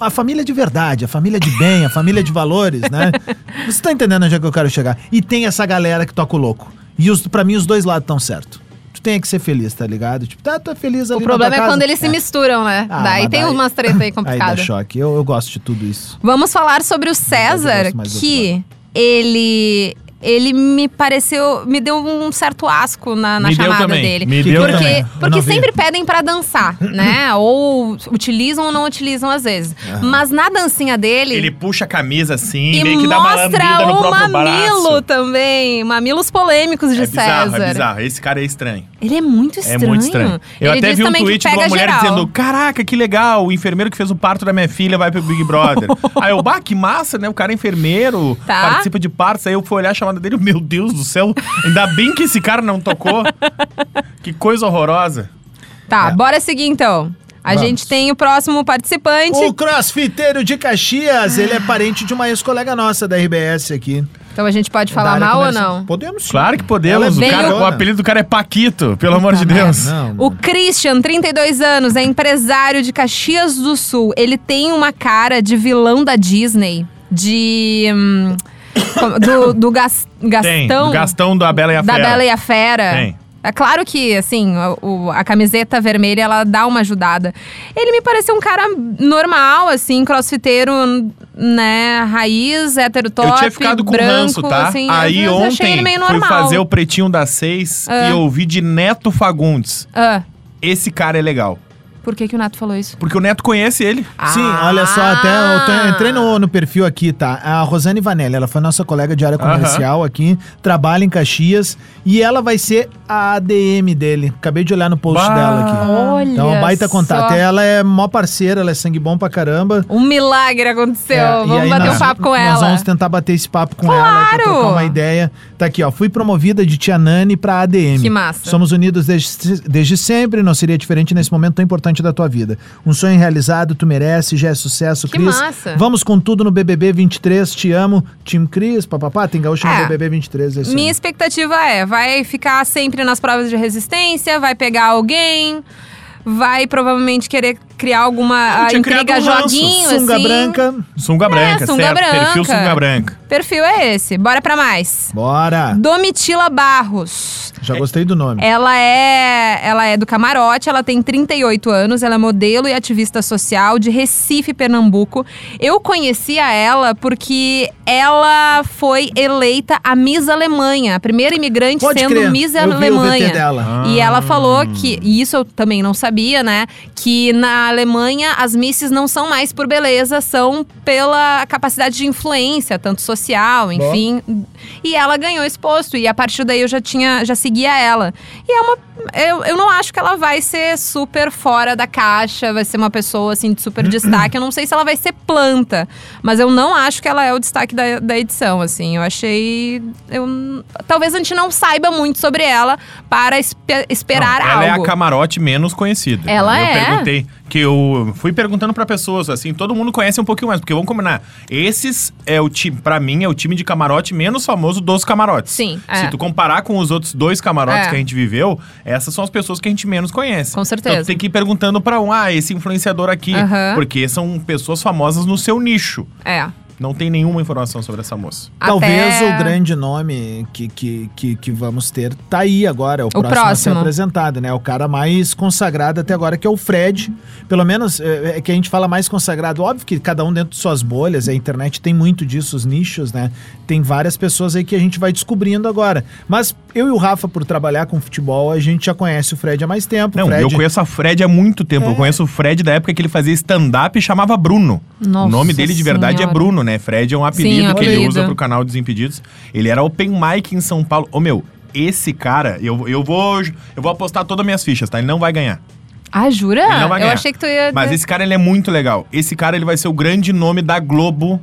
Speaker 2: a, a família é de verdade, a família de bem, a família de valores, né? Você tá entendendo onde é que eu quero chegar? E tem essa galera que toca o louco. E os, para mim os dois lados estão certo. Tu tem que ser feliz, tá ligado? Tipo, tá, tu é feliz ali
Speaker 3: O
Speaker 2: na
Speaker 3: problema
Speaker 2: tua
Speaker 3: é
Speaker 2: casa.
Speaker 3: quando eles se misturam, é né?
Speaker 2: Ah,
Speaker 3: daí
Speaker 2: mas
Speaker 3: tem
Speaker 2: daí-
Speaker 3: umas tretas aí
Speaker 2: Aí dá
Speaker 3: complicadas.
Speaker 2: choque. Eu, eu gosto de tudo isso.
Speaker 3: Vamos falar sobre o César,
Speaker 2: gosto mais do outro
Speaker 3: que ele. Ele me pareceu. Me deu um certo asco na, na
Speaker 4: Me deu
Speaker 3: chamada
Speaker 4: também,
Speaker 3: dele.
Speaker 4: me
Speaker 2: deu também.
Speaker 3: porque
Speaker 2: Eu
Speaker 3: porque
Speaker 2: não vi.
Speaker 3: sempre pedem pra dançar, né? ou utilizam ou não utilizam às vezes. Mas na dancinha dele.
Speaker 4: Ele puxa a camisa assim,
Speaker 3: e
Speaker 4: meio que dá uma lambida
Speaker 3: mostra
Speaker 4: no
Speaker 3: o
Speaker 4: próprio
Speaker 3: mamilo
Speaker 4: braço.
Speaker 3: também. Mamilos polêmicos de
Speaker 4: É bizarro,
Speaker 3: César.
Speaker 4: é bizarro. Esse cara é estranho.
Speaker 3: Ele é muito estranho.
Speaker 4: É muito estranho. Eu
Speaker 3: ele
Speaker 4: até
Speaker 3: diz
Speaker 4: vi um
Speaker 3: também que
Speaker 4: tweet de uma
Speaker 3: pega
Speaker 4: mulher
Speaker 3: geral.
Speaker 4: dizendo: Caraca, que legal, o enfermeiro que fez o parto da minha filha vai pro Big Brother. aí eu, bah, que massa, né? O cara é enfermeiro,
Speaker 3: Tá.
Speaker 4: participa de partos. Aí eu fui olhar a chamada dele, meu Deus do céu, ainda bem que esse cara não tocou. que coisa horrorosa.
Speaker 3: Tá,
Speaker 4: É.
Speaker 3: bora seguir então. A
Speaker 2: Vamos.
Speaker 3: gente tem o próximo participante.
Speaker 2: O crossfiteiro de Caxias, ele é parente de uma ex-colega nossa da RBS aqui.
Speaker 3: Então a gente pode falar
Speaker 2: Da área
Speaker 3: mal ou
Speaker 2: comercial.
Speaker 3: não?
Speaker 2: Podemos sim.
Speaker 4: Claro que
Speaker 2: Ela é
Speaker 4: podemos. o,
Speaker 3: bem
Speaker 4: cara-
Speaker 2: loucona.
Speaker 4: o apelido do cara é Paquito, pelo amor de Deus.
Speaker 2: É, Não,
Speaker 3: O Christian, 32 anos, é empresário de Caxias do Sul. Ele tem uma cara de vilão da Disney, de. hum, como- do do Gas-
Speaker 4: Tem.
Speaker 3: Gastão.
Speaker 4: o Gastão da Bela e a
Speaker 3: da
Speaker 4: Fera.
Speaker 3: Bela e a Fera.
Speaker 4: Tem.
Speaker 3: É claro que, assim, o- o- a camiseta vermelha, ela dá uma ajudada. Ele me pareceu um cara normal, assim, crossfiteiro, né, raiz, hétero top,
Speaker 4: eu tinha ficado com
Speaker 3: branco,
Speaker 4: ranço, tá?
Speaker 3: assim.
Speaker 4: Aí
Speaker 3: eu achei
Speaker 4: ontem
Speaker 3: ele meio
Speaker 4: fui
Speaker 3: normal.
Speaker 4: fazer o Pretinho das Seis e eu ouvi de Neto Fagundes.
Speaker 3: Ah,
Speaker 4: Esse cara é legal.
Speaker 3: Por que, que o Nato falou isso?
Speaker 4: Porque o Neto conhece ele.
Speaker 2: Sim,
Speaker 3: Ah!
Speaker 2: olha só, até eu tô- entrei no, no perfil aqui, tá? A Rosane Vanelli, ela foi nossa colega de área
Speaker 4: Aham.
Speaker 2: comercial aqui, trabalha em Caxias e ela vai ser a ADM dele. Acabei de olhar no post
Speaker 4: Bah!
Speaker 2: dela aqui.
Speaker 3: Olha
Speaker 2: Então, baita contato.
Speaker 3: só.
Speaker 2: Ela é mó parceira, ela é sangue bom pra caramba.
Speaker 3: Um milagre aconteceu.
Speaker 2: É, e
Speaker 3: vamos
Speaker 2: aí
Speaker 3: bater
Speaker 2: nós-
Speaker 3: um papo com
Speaker 2: Nós
Speaker 3: ela.
Speaker 2: vamos tentar bater esse papo com ela, pra
Speaker 3: Claro!
Speaker 2: trocar uma ideia. Tá aqui, ó. Fui promovida de Tia Nani pra ADM.
Speaker 3: Que massa.
Speaker 2: Somos unidos desde, desde sempre, não seria diferente nesse momento tão importante da tua vida. Um sonho realizado, tu merece, já é sucesso,
Speaker 3: Que
Speaker 2: Cris.
Speaker 3: massa.
Speaker 2: Vamos com tudo no BBB 23, te amo. Time Cris, papapá, tem gaúcho no
Speaker 3: É.
Speaker 2: BBB 23, é isso aí.
Speaker 3: Minha expectativa é, vai ficar sempre nas provas de resistência, vai pegar alguém, vai provavelmente querer criar alguma
Speaker 4: Eu
Speaker 3: ah,
Speaker 4: tinha criado
Speaker 3: intriga
Speaker 4: um ranço.
Speaker 3: joguinho,
Speaker 2: Sunga
Speaker 3: assim.
Speaker 2: branca,
Speaker 4: Sunga branca,
Speaker 3: sunga
Speaker 4: certo.
Speaker 3: branca.
Speaker 4: Perfil sunga branca.
Speaker 3: Perfil é esse. Bora pra mais.
Speaker 2: bora.
Speaker 3: Domitila Barros.
Speaker 2: Já gostei do nome.
Speaker 3: Ela é, ela é do Camarote, ela tem 38 anos, ela é modelo e ativista social de Recife, Pernambuco. Eu conhecia ela porque ela foi eleita a Miss Alemanha, a primeira imigrante
Speaker 2: Pode
Speaker 3: sendo
Speaker 2: crer,
Speaker 3: Miss
Speaker 2: eu vi o VT
Speaker 3: Alemanha.
Speaker 2: dela.
Speaker 3: E ela falou que, e isso eu também não sabia, né? Que na Alemanha as misses não são mais por beleza, são pela capacidade de influência, tanto social, enfim. E ela ganhou esse posto, e a partir daí eu já tinha, já seguia ela. E é uma. Eu, eu não acho que ela vai ser super fora da caixa, vai ser uma pessoa assim de super destaque. Eu não sei se ela vai ser planta, mas eu não acho que ela é o destaque da, da edição, assim. Eu achei. Eu, talvez a gente não saiba muito sobre ela para espe- esperar
Speaker 4: Não, ela é
Speaker 3: algo.
Speaker 4: a camarote menos conhecida.
Speaker 3: Ela
Speaker 4: eu
Speaker 3: é.
Speaker 4: perguntei que eu fui perguntando pra pessoas assim, todo mundo conhece um pouquinho mais, porque vamos combinar. Esses é o time, para mim é o time de camarote menos famoso dos camarotes.
Speaker 3: Sim,
Speaker 4: Se
Speaker 3: é.
Speaker 4: tu comparar com os outros dois camarotes
Speaker 3: É.
Speaker 4: que a gente viveu, essas são as pessoas que a gente menos conhece.
Speaker 3: Com certeza.
Speaker 4: Então tu tem que ir perguntando pra um, ah, esse influenciador aqui,
Speaker 3: Aham.
Speaker 4: porque são pessoas famosas no seu nicho.
Speaker 3: É.
Speaker 4: Não tem nenhuma informação sobre essa moça.
Speaker 2: Talvez
Speaker 3: Até-
Speaker 2: o grande nome que, que, que, que vamos ter tá aí agora, é o, próximo, a ser
Speaker 3: próximo.
Speaker 2: apresentado, né? O cara mais consagrado até agora, que é o Fred. Pelo menos é, é que a gente fala mais consagrado. Óbvio que cada um dentro de suas bolhas, a internet tem muito disso, os nichos, né? Tem várias pessoas aí que a gente vai descobrindo agora. Mas eu e o Rafa, por trabalhar com futebol, a gente já conhece o Fred há mais tempo.
Speaker 4: Não,
Speaker 2: Fred,
Speaker 4: eu conheço a Fred há muito tempo.
Speaker 3: É.
Speaker 4: Eu conheço o Fred da época que ele fazia stand-up e chamava Bruno.
Speaker 3: Nossa
Speaker 4: o nome dele de verdade
Speaker 3: Senhora.
Speaker 4: é Bruno, né? Fred é um apelido
Speaker 3: Sim,
Speaker 4: que ele
Speaker 3: apelido.
Speaker 4: usa pro canal Desimpedidos. Ele era open mic em São Paulo. Ô, meu, esse cara, eu, eu vou eu vou apostar todas as minhas fichas, tá? Ele não vai ganhar.
Speaker 3: Ah, jura?
Speaker 4: Ele não vai
Speaker 3: eu
Speaker 4: ganhar.
Speaker 3: achei que tu ia.
Speaker 4: Mas esse cara, ele é muito legal. Esse cara, ele vai ser o grande nome da Globo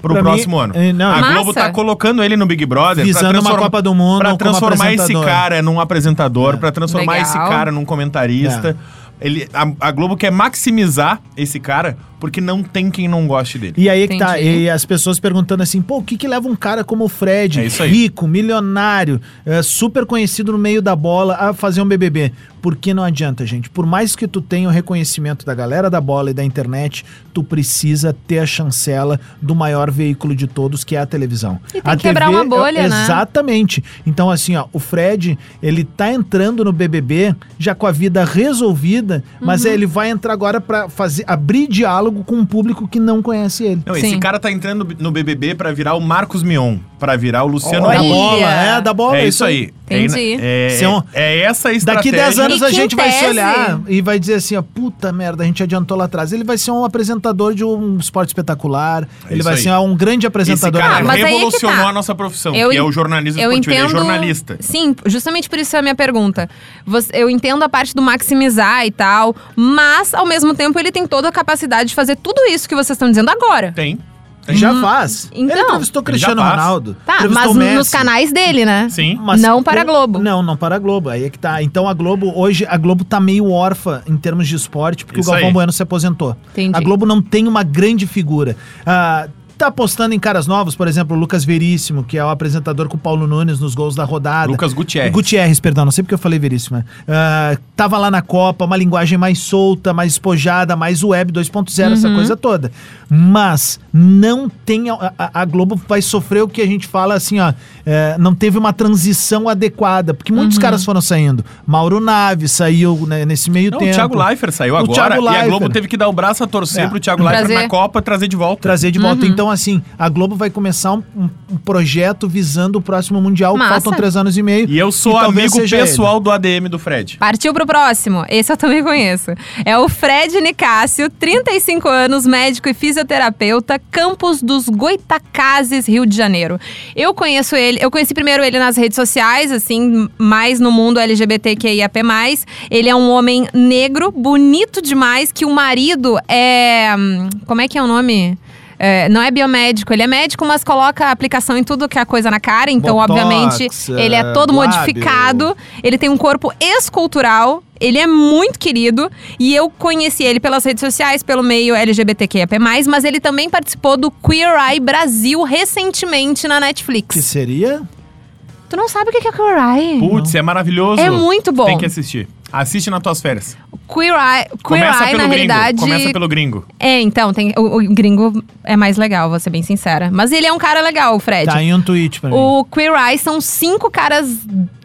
Speaker 4: pro
Speaker 2: Pra mim,
Speaker 4: próximo ano.
Speaker 2: eh, não.
Speaker 4: a
Speaker 3: Massa.
Speaker 4: Globo tá colocando ele no Big Brother pra
Speaker 2: Visando uma
Speaker 4: transform-
Speaker 2: Copa do Mundo
Speaker 4: pra
Speaker 2: como
Speaker 4: transformar esse
Speaker 2: apresentador. É.
Speaker 4: cara num apresentador, pra transformar
Speaker 3: Legal.
Speaker 4: esse cara num comentarista. Ele, a, a Globo quer maximizar esse cara porque não tem quem não goste dele.
Speaker 2: E aí que tá,
Speaker 3: Entendi.
Speaker 2: e as pessoas perguntando assim, pô, o que que leva um cara como o Fred,
Speaker 4: É isso aí.
Speaker 2: rico, milionário, é, super conhecido no meio da bola, a fazer um BBB? Porque não adianta, gente. Por mais que tu tenha o reconhecimento da galera da bola e da internet, tu precisa ter a chancela do maior veículo de todos, que é a televisão.
Speaker 3: E tem
Speaker 2: a é
Speaker 3: que quebrar uma bolha, né?
Speaker 2: Exatamente. Então, assim, ó, o Fred, ele tá entrando no BBB já com a vida resolvida,
Speaker 3: Uhum.
Speaker 2: mas ele vai entrar agora pra fazer, abrir diálogo com um público que não conhece ele.
Speaker 4: Não,
Speaker 3: Sim.
Speaker 4: esse cara tá entrando no BBB pra virar o Marcos Mion, pra virar o Luciano
Speaker 3: Olha!
Speaker 2: Da
Speaker 4: Huck.
Speaker 2: bola, é, da bola.
Speaker 4: É isso aí.
Speaker 3: Entendi.
Speaker 4: É,
Speaker 2: Isso é um-
Speaker 4: é, é essa a
Speaker 2: Daqui
Speaker 4: estratégia.
Speaker 2: 10 anos
Speaker 3: E
Speaker 2: a
Speaker 3: que, em
Speaker 2: gente vai se
Speaker 3: tese-
Speaker 2: olhar e vai dizer assim, ó, puta merda, a gente adiantou lá atrás. Ele vai ser um apresentador de um esporte espetacular,
Speaker 4: É
Speaker 2: ele
Speaker 4: isso
Speaker 2: vai
Speaker 4: aí.
Speaker 2: ser ó, um grande
Speaker 4: Esse
Speaker 2: apresentador.
Speaker 4: cara
Speaker 3: Ah, mas aí é que
Speaker 4: revolucionou
Speaker 3: tá.
Speaker 4: a nossa profissão,
Speaker 3: Eu
Speaker 4: que é
Speaker 3: en-
Speaker 4: o jornalismo
Speaker 3: eu
Speaker 4: esportivo.
Speaker 3: entendo,
Speaker 4: Ele é jornalista.
Speaker 3: Sim, justamente por isso é a minha pergunta. Você- eu entendo a parte do maximizar e tal, mas ao mesmo tempo ele tem toda a capacidade de fazer tudo isso que vocês estão dizendo agora.
Speaker 4: Tem. Tem.
Speaker 2: Já faz.
Speaker 3: Então.
Speaker 2: ele entrevistou
Speaker 4: um Ele já
Speaker 2: Cristiano
Speaker 4: faz.
Speaker 2: Ronaldo.
Speaker 3: Tá,
Speaker 2: entrevistou
Speaker 3: mas
Speaker 2: o Messi.
Speaker 3: nos canais dele, né?
Speaker 4: Sim.
Speaker 2: Mas
Speaker 3: Não para a
Speaker 2: com-
Speaker 3: Globo.
Speaker 2: Não, não para a Globo. Aí é que tá. Então a Globo, hoje, a Globo tá meio órfã em termos de esporte, porque
Speaker 4: Isso
Speaker 2: o Galvão
Speaker 4: aí.
Speaker 2: Bueno se aposentou.
Speaker 3: Entendi.
Speaker 2: A Globo não tem uma grande figura. Ah, tá apostando em caras novos, por exemplo, o Lucas Veríssimo, que é o apresentador com o Paulo Nunes nos gols da rodada.
Speaker 4: Lucas Gutierrez.
Speaker 2: Gutierrez, perdão, não sei porque eu falei Veríssimo. né? Ah, tava lá na Copa, uma linguagem mais solta, mais espojada, mais web 2.0, essa
Speaker 3: Uhum.
Speaker 2: coisa toda. Mas não tem. A, a- a Globo vai sofrer o que a gente fala assim, ó. é, não teve uma transição adequada, porque
Speaker 3: Uhum.
Speaker 2: muitos caras foram saindo. Mauro Naves saiu né, nesse meio
Speaker 4: Não,
Speaker 2: tempo.
Speaker 4: o Thiago Leifert saiu
Speaker 2: O
Speaker 4: agora
Speaker 2: Thiago
Speaker 4: e a Globo
Speaker 2: Leifert.
Speaker 4: teve que dar o braço a torcer
Speaker 2: É.
Speaker 4: pro Thiago Leifert
Speaker 3: Trazer.
Speaker 4: na Copa trazer de volta.
Speaker 3: Uhum.
Speaker 2: Trazer de volta. Então Então, assim, a Globo vai começar um, um- um projeto visando o próximo Mundial, que
Speaker 3: Massa.
Speaker 2: faltam três anos e meio.
Speaker 4: E eu sou
Speaker 2: talvez
Speaker 4: amigo
Speaker 2: seja ele.
Speaker 4: pessoal do ADM do Fred.
Speaker 3: Partiu pro próximo. Esse eu também conheço. É o Fred Nicásio, 35 anos, médico e fisioterapeuta, Campos dos Goitacazes, Rio de Janeiro. Eu conheço ele, eu conheci primeiro ele nas redes sociais, assim, mais no mundo LGBTQIAP+. Ele é um homem negro, bonito demais, que o marido é, hum, como é que é o nome? É, não é biomédico, ele é médico, mas coloca a aplicação em tudo que é coisa na cara. Então,
Speaker 2: Botox,
Speaker 3: obviamente, ele é todo
Speaker 2: é,
Speaker 3: modificado. Ele tem um corpo escultural, ele é muito querido e eu conheci ele pelas redes sociais, pelo meio LGBTQIAP+, mas ele também participou do Queer Eye Brasil recentemente na Netflix.
Speaker 2: Que seria?
Speaker 3: Tu não sabe o que é Queer Eye?
Speaker 4: Putz, é maravilhoso.
Speaker 3: É muito bom.
Speaker 4: Tem que assistir. Assiste nas tuas férias.
Speaker 3: Queer Eye, Queer
Speaker 4: Começa
Speaker 3: Eye
Speaker 4: pelo
Speaker 3: na
Speaker 4: gringo.
Speaker 3: realidade,
Speaker 4: Começa pelo gringo.
Speaker 3: é, então, tem o, o gringo é mais legal, vou ser bem sincera. Mas ele é um cara legal, o Fred.
Speaker 2: Tá em um tweet pra mim.
Speaker 3: O Queer Eye são cinco caras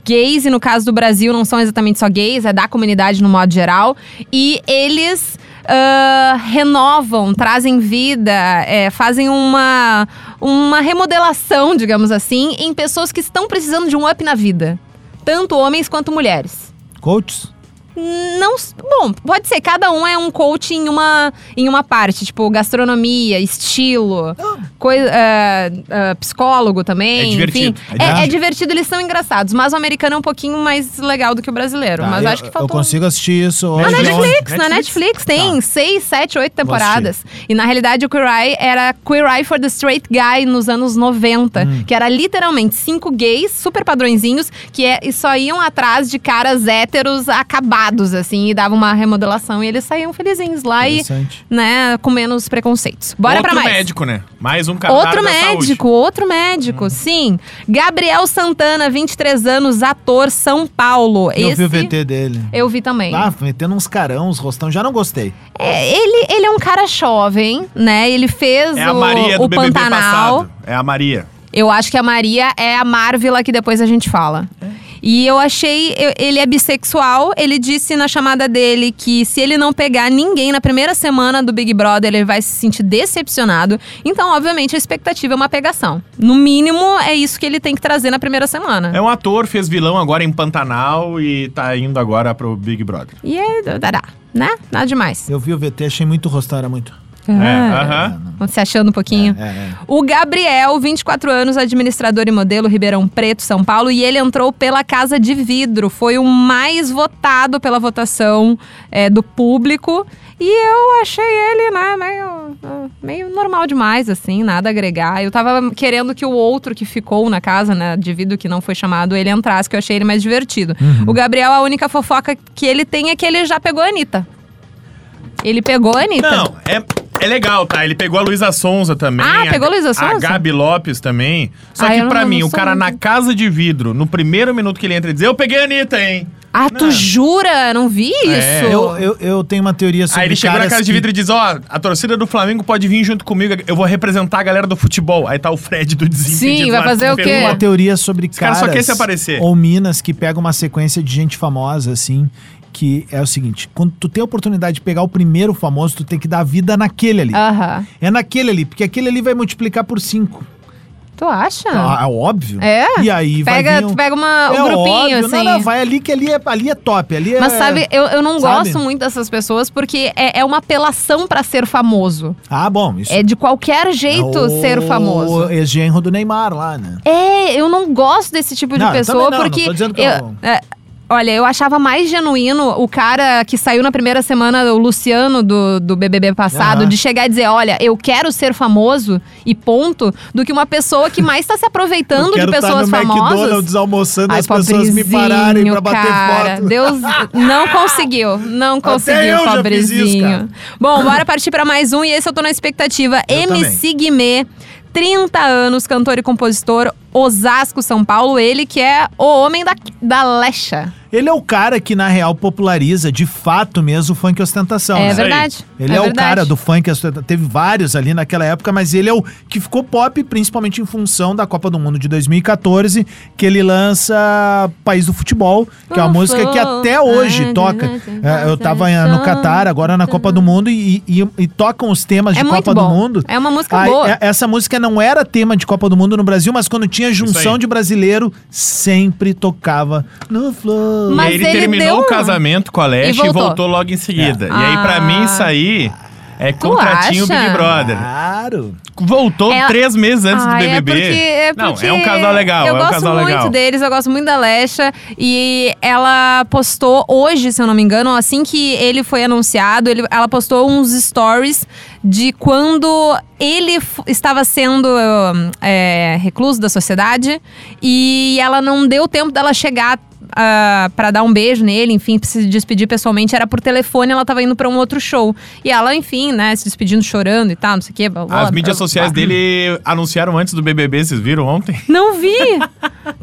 Speaker 3: gays, e no caso do Brasil não são exatamente só gays, é da comunidade no modo geral. E eles ah, renovam, trazem vida, é, fazem uma, uma remodelação, digamos assim, em pessoas que estão precisando de um up na vida. Tanto homens quanto mulheres.
Speaker 2: Coaches?
Speaker 3: Não. s- Bom, pode ser, cada um é um coach em uma, em uma parte, tipo gastronomia, estilo, coi- ah, ah, psicólogo também.
Speaker 4: É divertido,
Speaker 3: Enfim.
Speaker 4: é
Speaker 3: É,
Speaker 4: divertido.
Speaker 3: é divertido, eles são engraçados, mas o americano é um pouquinho mais legal do que o brasileiro.
Speaker 2: Tá,
Speaker 3: mas
Speaker 2: eu,
Speaker 3: acho que
Speaker 2: Eu
Speaker 3: faltou. um Ah,
Speaker 2: consigo assistir isso
Speaker 3: Na
Speaker 2: hoje.
Speaker 4: Netflix.
Speaker 3: Netflix, na Netflix
Speaker 4: Netflix.
Speaker 3: tem seis, sete, oito
Speaker 2: Vou
Speaker 3: temporadas. E na realidade o Queer Eye era Queer Eye for the Straight Guy nos anos 90, que era literalmente cinco gays super padrõezinhos que é, e só iam atrás de caras héteros acabados, assim, e davam uma remodelação e eles saíam felizinhos lá e,
Speaker 2: Interessante.
Speaker 3: né, com menos preconceitos. Bora
Speaker 4: Outro
Speaker 3: pra mais.
Speaker 4: médico, né? Mais um cara
Speaker 3: Outro
Speaker 4: da saúde.
Speaker 3: médico, outro médico, sim. Gabriel Santana, 23 anos, ator São Paulo.
Speaker 2: Eu vi
Speaker 3: é Esse
Speaker 2: o VT dele.
Speaker 3: eu vi também.
Speaker 2: Lá, metendo uns carão, uns rostão. Já não gostei.
Speaker 3: É, ele, ele é um cara jovem, né? Ele fez
Speaker 4: É a
Speaker 3: o,
Speaker 4: Maria do
Speaker 3: o
Speaker 4: BBB
Speaker 3: Pantanal.
Speaker 4: passado. É a Maria.
Speaker 3: Eu acho que a Maria é a Marvila que depois a gente fala. E eu achei. eu- ele é bissexual. Ele disse na chamada dele que se ele não pegar ninguém na primeira semana do Big Brother, ele vai se sentir decepcionado. Então, obviamente, a expectativa é uma pegação. No mínimo, é isso que ele tem que trazer na primeira semana.
Speaker 4: É um ator, fez vilão agora em Pantanal e tá indo agora pro Big Brother.
Speaker 3: E é. Dará, né? Nada demais.
Speaker 2: Eu vi o VT, achei muito rostão, era muito.
Speaker 4: É,
Speaker 3: Ah,
Speaker 4: aham.
Speaker 3: Se achando um pouquinho.
Speaker 2: É, é.
Speaker 3: O Gabriel, 24 anos, administrador e modelo Ribeirão Preto, São Paulo, e ele entrou pela Casa de Vidro. Foi o mais votado pela votação é, do público. E eu achei ele, né, meio, ah, meio normal demais, assim, nada a agregar. Eu tava querendo que o outro que ficou na casa, né, de vidro que não foi chamado, ele entrasse, que eu achei ele mais divertido.
Speaker 4: Uhum.
Speaker 3: O Gabriel, a única fofoca que ele tem é que ele já pegou a Anitta. Ele pegou a Anitta.
Speaker 4: Não, é, é legal, tá? Ele pegou a Luísa Sonza também.
Speaker 3: Ah, pegou a Luísa
Speaker 4: A
Speaker 3: Sonza?
Speaker 4: Gabi Lopes também. Só
Speaker 3: Ah,
Speaker 4: que
Speaker 3: eu não-
Speaker 4: pra
Speaker 3: não
Speaker 4: mim, o
Speaker 3: sou
Speaker 4: cara na
Speaker 3: muito.
Speaker 4: casa de vidro, no primeiro minuto que ele entra, ele diz: Eu peguei a Anitta, hein?
Speaker 3: Ah, tu jura? Não vi isso.
Speaker 4: É.
Speaker 2: Eu, eu, eu tenho uma teoria sobre
Speaker 4: Aí ele chegou na
Speaker 2: caras
Speaker 4: casa de
Speaker 2: que-
Speaker 4: vidro e diz: Ó, a torcida do Flamengo pode vir junto comigo, eu vou representar a galera do futebol. Aí tá o Fred do Desimpedidos.
Speaker 3: Sim, vai
Speaker 4: lá,
Speaker 3: fazer o
Speaker 4: pelo
Speaker 3: quê?
Speaker 2: uma teoria sobre
Speaker 4: cara
Speaker 2: caras
Speaker 4: só quer se aparecer.
Speaker 2: ou minas que pegam uma sequência de gente famosa, assim, que é o seguinte, quando tu tem a oportunidade de pegar o primeiro famoso, tu tem que dar vida naquele ali.
Speaker 3: Aham.
Speaker 2: É naquele ali, porque aquele ali vai multiplicar por cinco.
Speaker 3: Tu acha?
Speaker 2: Ah, óbvio.
Speaker 3: É?
Speaker 2: E aí vai
Speaker 3: pega,
Speaker 2: vir
Speaker 3: tu
Speaker 2: um-
Speaker 3: pega uma, um
Speaker 2: É
Speaker 3: grupinho,
Speaker 2: óbvio.
Speaker 3: assim.
Speaker 2: Não, não, vai ali que ali é, ali é top. Ali é-
Speaker 3: Mas sabe, eu, eu não
Speaker 2: Sabe?
Speaker 3: gosto muito dessas pessoas porque é, é uma apelação pra ser famoso.
Speaker 2: Ah, bom, isso.
Speaker 3: É de qualquer jeito
Speaker 2: o-
Speaker 3: ser
Speaker 2: O
Speaker 3: famoso.
Speaker 2: ex-genro do Neymar lá, né?
Speaker 3: É, eu não gosto desse tipo de
Speaker 2: Não, eu
Speaker 3: pessoa
Speaker 2: também não,
Speaker 3: porque.
Speaker 2: não tô dizendo que eu-
Speaker 3: é, Olha, eu achava mais genuíno o cara que saiu na primeira semana, o Luciano do, do BBB passado,
Speaker 2: Aham.
Speaker 3: de chegar e dizer: Olha, eu quero ser famoso e ponto, do que uma pessoa que mais tá se aproveitando
Speaker 2: Eu quero
Speaker 3: de
Speaker 2: tá
Speaker 3: pessoas
Speaker 2: no
Speaker 3: famosas.
Speaker 2: McDonald's almoçando
Speaker 3: Ai,
Speaker 2: as pessoas me
Speaker 3: pobrezinho,
Speaker 2: pararem pra bater
Speaker 3: cara.
Speaker 2: foto.
Speaker 3: Deus não conseguiu, não conseguiu,
Speaker 2: eu já
Speaker 3: pobrezinho.
Speaker 2: fiz isso, cara.
Speaker 3: Bom, bora partir pra mais um e esse eu tô na expectativa.
Speaker 2: Eu
Speaker 3: MC Guimê, 30 anos, cantor e compositor. Osasco, São Paulo. Ele que é o homem da, da lecha.
Speaker 2: Ele é o cara que, na real, populariza de fato mesmo o funk ostentação.
Speaker 3: é
Speaker 2: né?
Speaker 4: isso aí.
Speaker 3: verdade.
Speaker 2: Ele é, o
Speaker 3: verdade.
Speaker 2: cara do funk ostentação. Teve vários ali naquela época, mas ele é o que ficou pop, principalmente em função da Copa do Mundo de 2014, que ele lança País do Futebol, que é uma
Speaker 3: Oh,
Speaker 2: música que
Speaker 3: oh,
Speaker 2: até hoje
Speaker 3: ah,
Speaker 2: toca.
Speaker 3: ah,
Speaker 2: É, Eu tava no Catar, agora na Copa do Mundo, e, e- e tocam os temas de
Speaker 3: É muito
Speaker 2: Copa
Speaker 3: bom.
Speaker 2: do Mundo.
Speaker 3: É uma música
Speaker 2: Ah,
Speaker 3: boa.
Speaker 2: é- Essa música não era tema de Copa do Mundo no Brasil, mas quando tinha junção
Speaker 4: aí.
Speaker 2: de brasileiro, sempre tocava no Flow.
Speaker 3: Mas
Speaker 4: e aí ele,
Speaker 3: ele
Speaker 4: terminou
Speaker 3: deu
Speaker 4: o
Speaker 3: um-
Speaker 4: casamento com a Leste e voltou,
Speaker 3: voltou.
Speaker 4: logo em seguida.
Speaker 3: É.
Speaker 4: E aí, pra
Speaker 3: Ah.
Speaker 4: mim, isso aí é
Speaker 3: Tu
Speaker 4: contratinho
Speaker 3: acha?
Speaker 4: Big Brother.
Speaker 2: Claro.
Speaker 4: Voltou
Speaker 3: Ela-
Speaker 4: três meses antes do
Speaker 3: Ah, é
Speaker 4: BBB.
Speaker 3: porque- é
Speaker 4: Não,
Speaker 3: porque
Speaker 4: é um casal legal,
Speaker 3: Eu
Speaker 4: é um
Speaker 3: gosto
Speaker 4: casal
Speaker 3: muito
Speaker 4: legal.
Speaker 3: deles, eu gosto muito da Lesha. E ela postou hoje, se eu não me engano, assim que ele foi anunciado, ele- ela postou uns stories de quando ele f- estava sendo hum, é, recluso da sociedade e ela não deu tempo dela chegar. ah, pra dar um beijo nele, enfim, pra se despedir pessoalmente, era por telefone, ela tava indo pra um outro show. E ela, enfim, né, se despedindo, chorando e tal, não sei o quê. blá, blá,
Speaker 4: As mídias
Speaker 3: blá,
Speaker 4: sociais
Speaker 3: blá.
Speaker 4: dele anunciaram antes do BBB, vocês viram ontem?
Speaker 3: Não vi!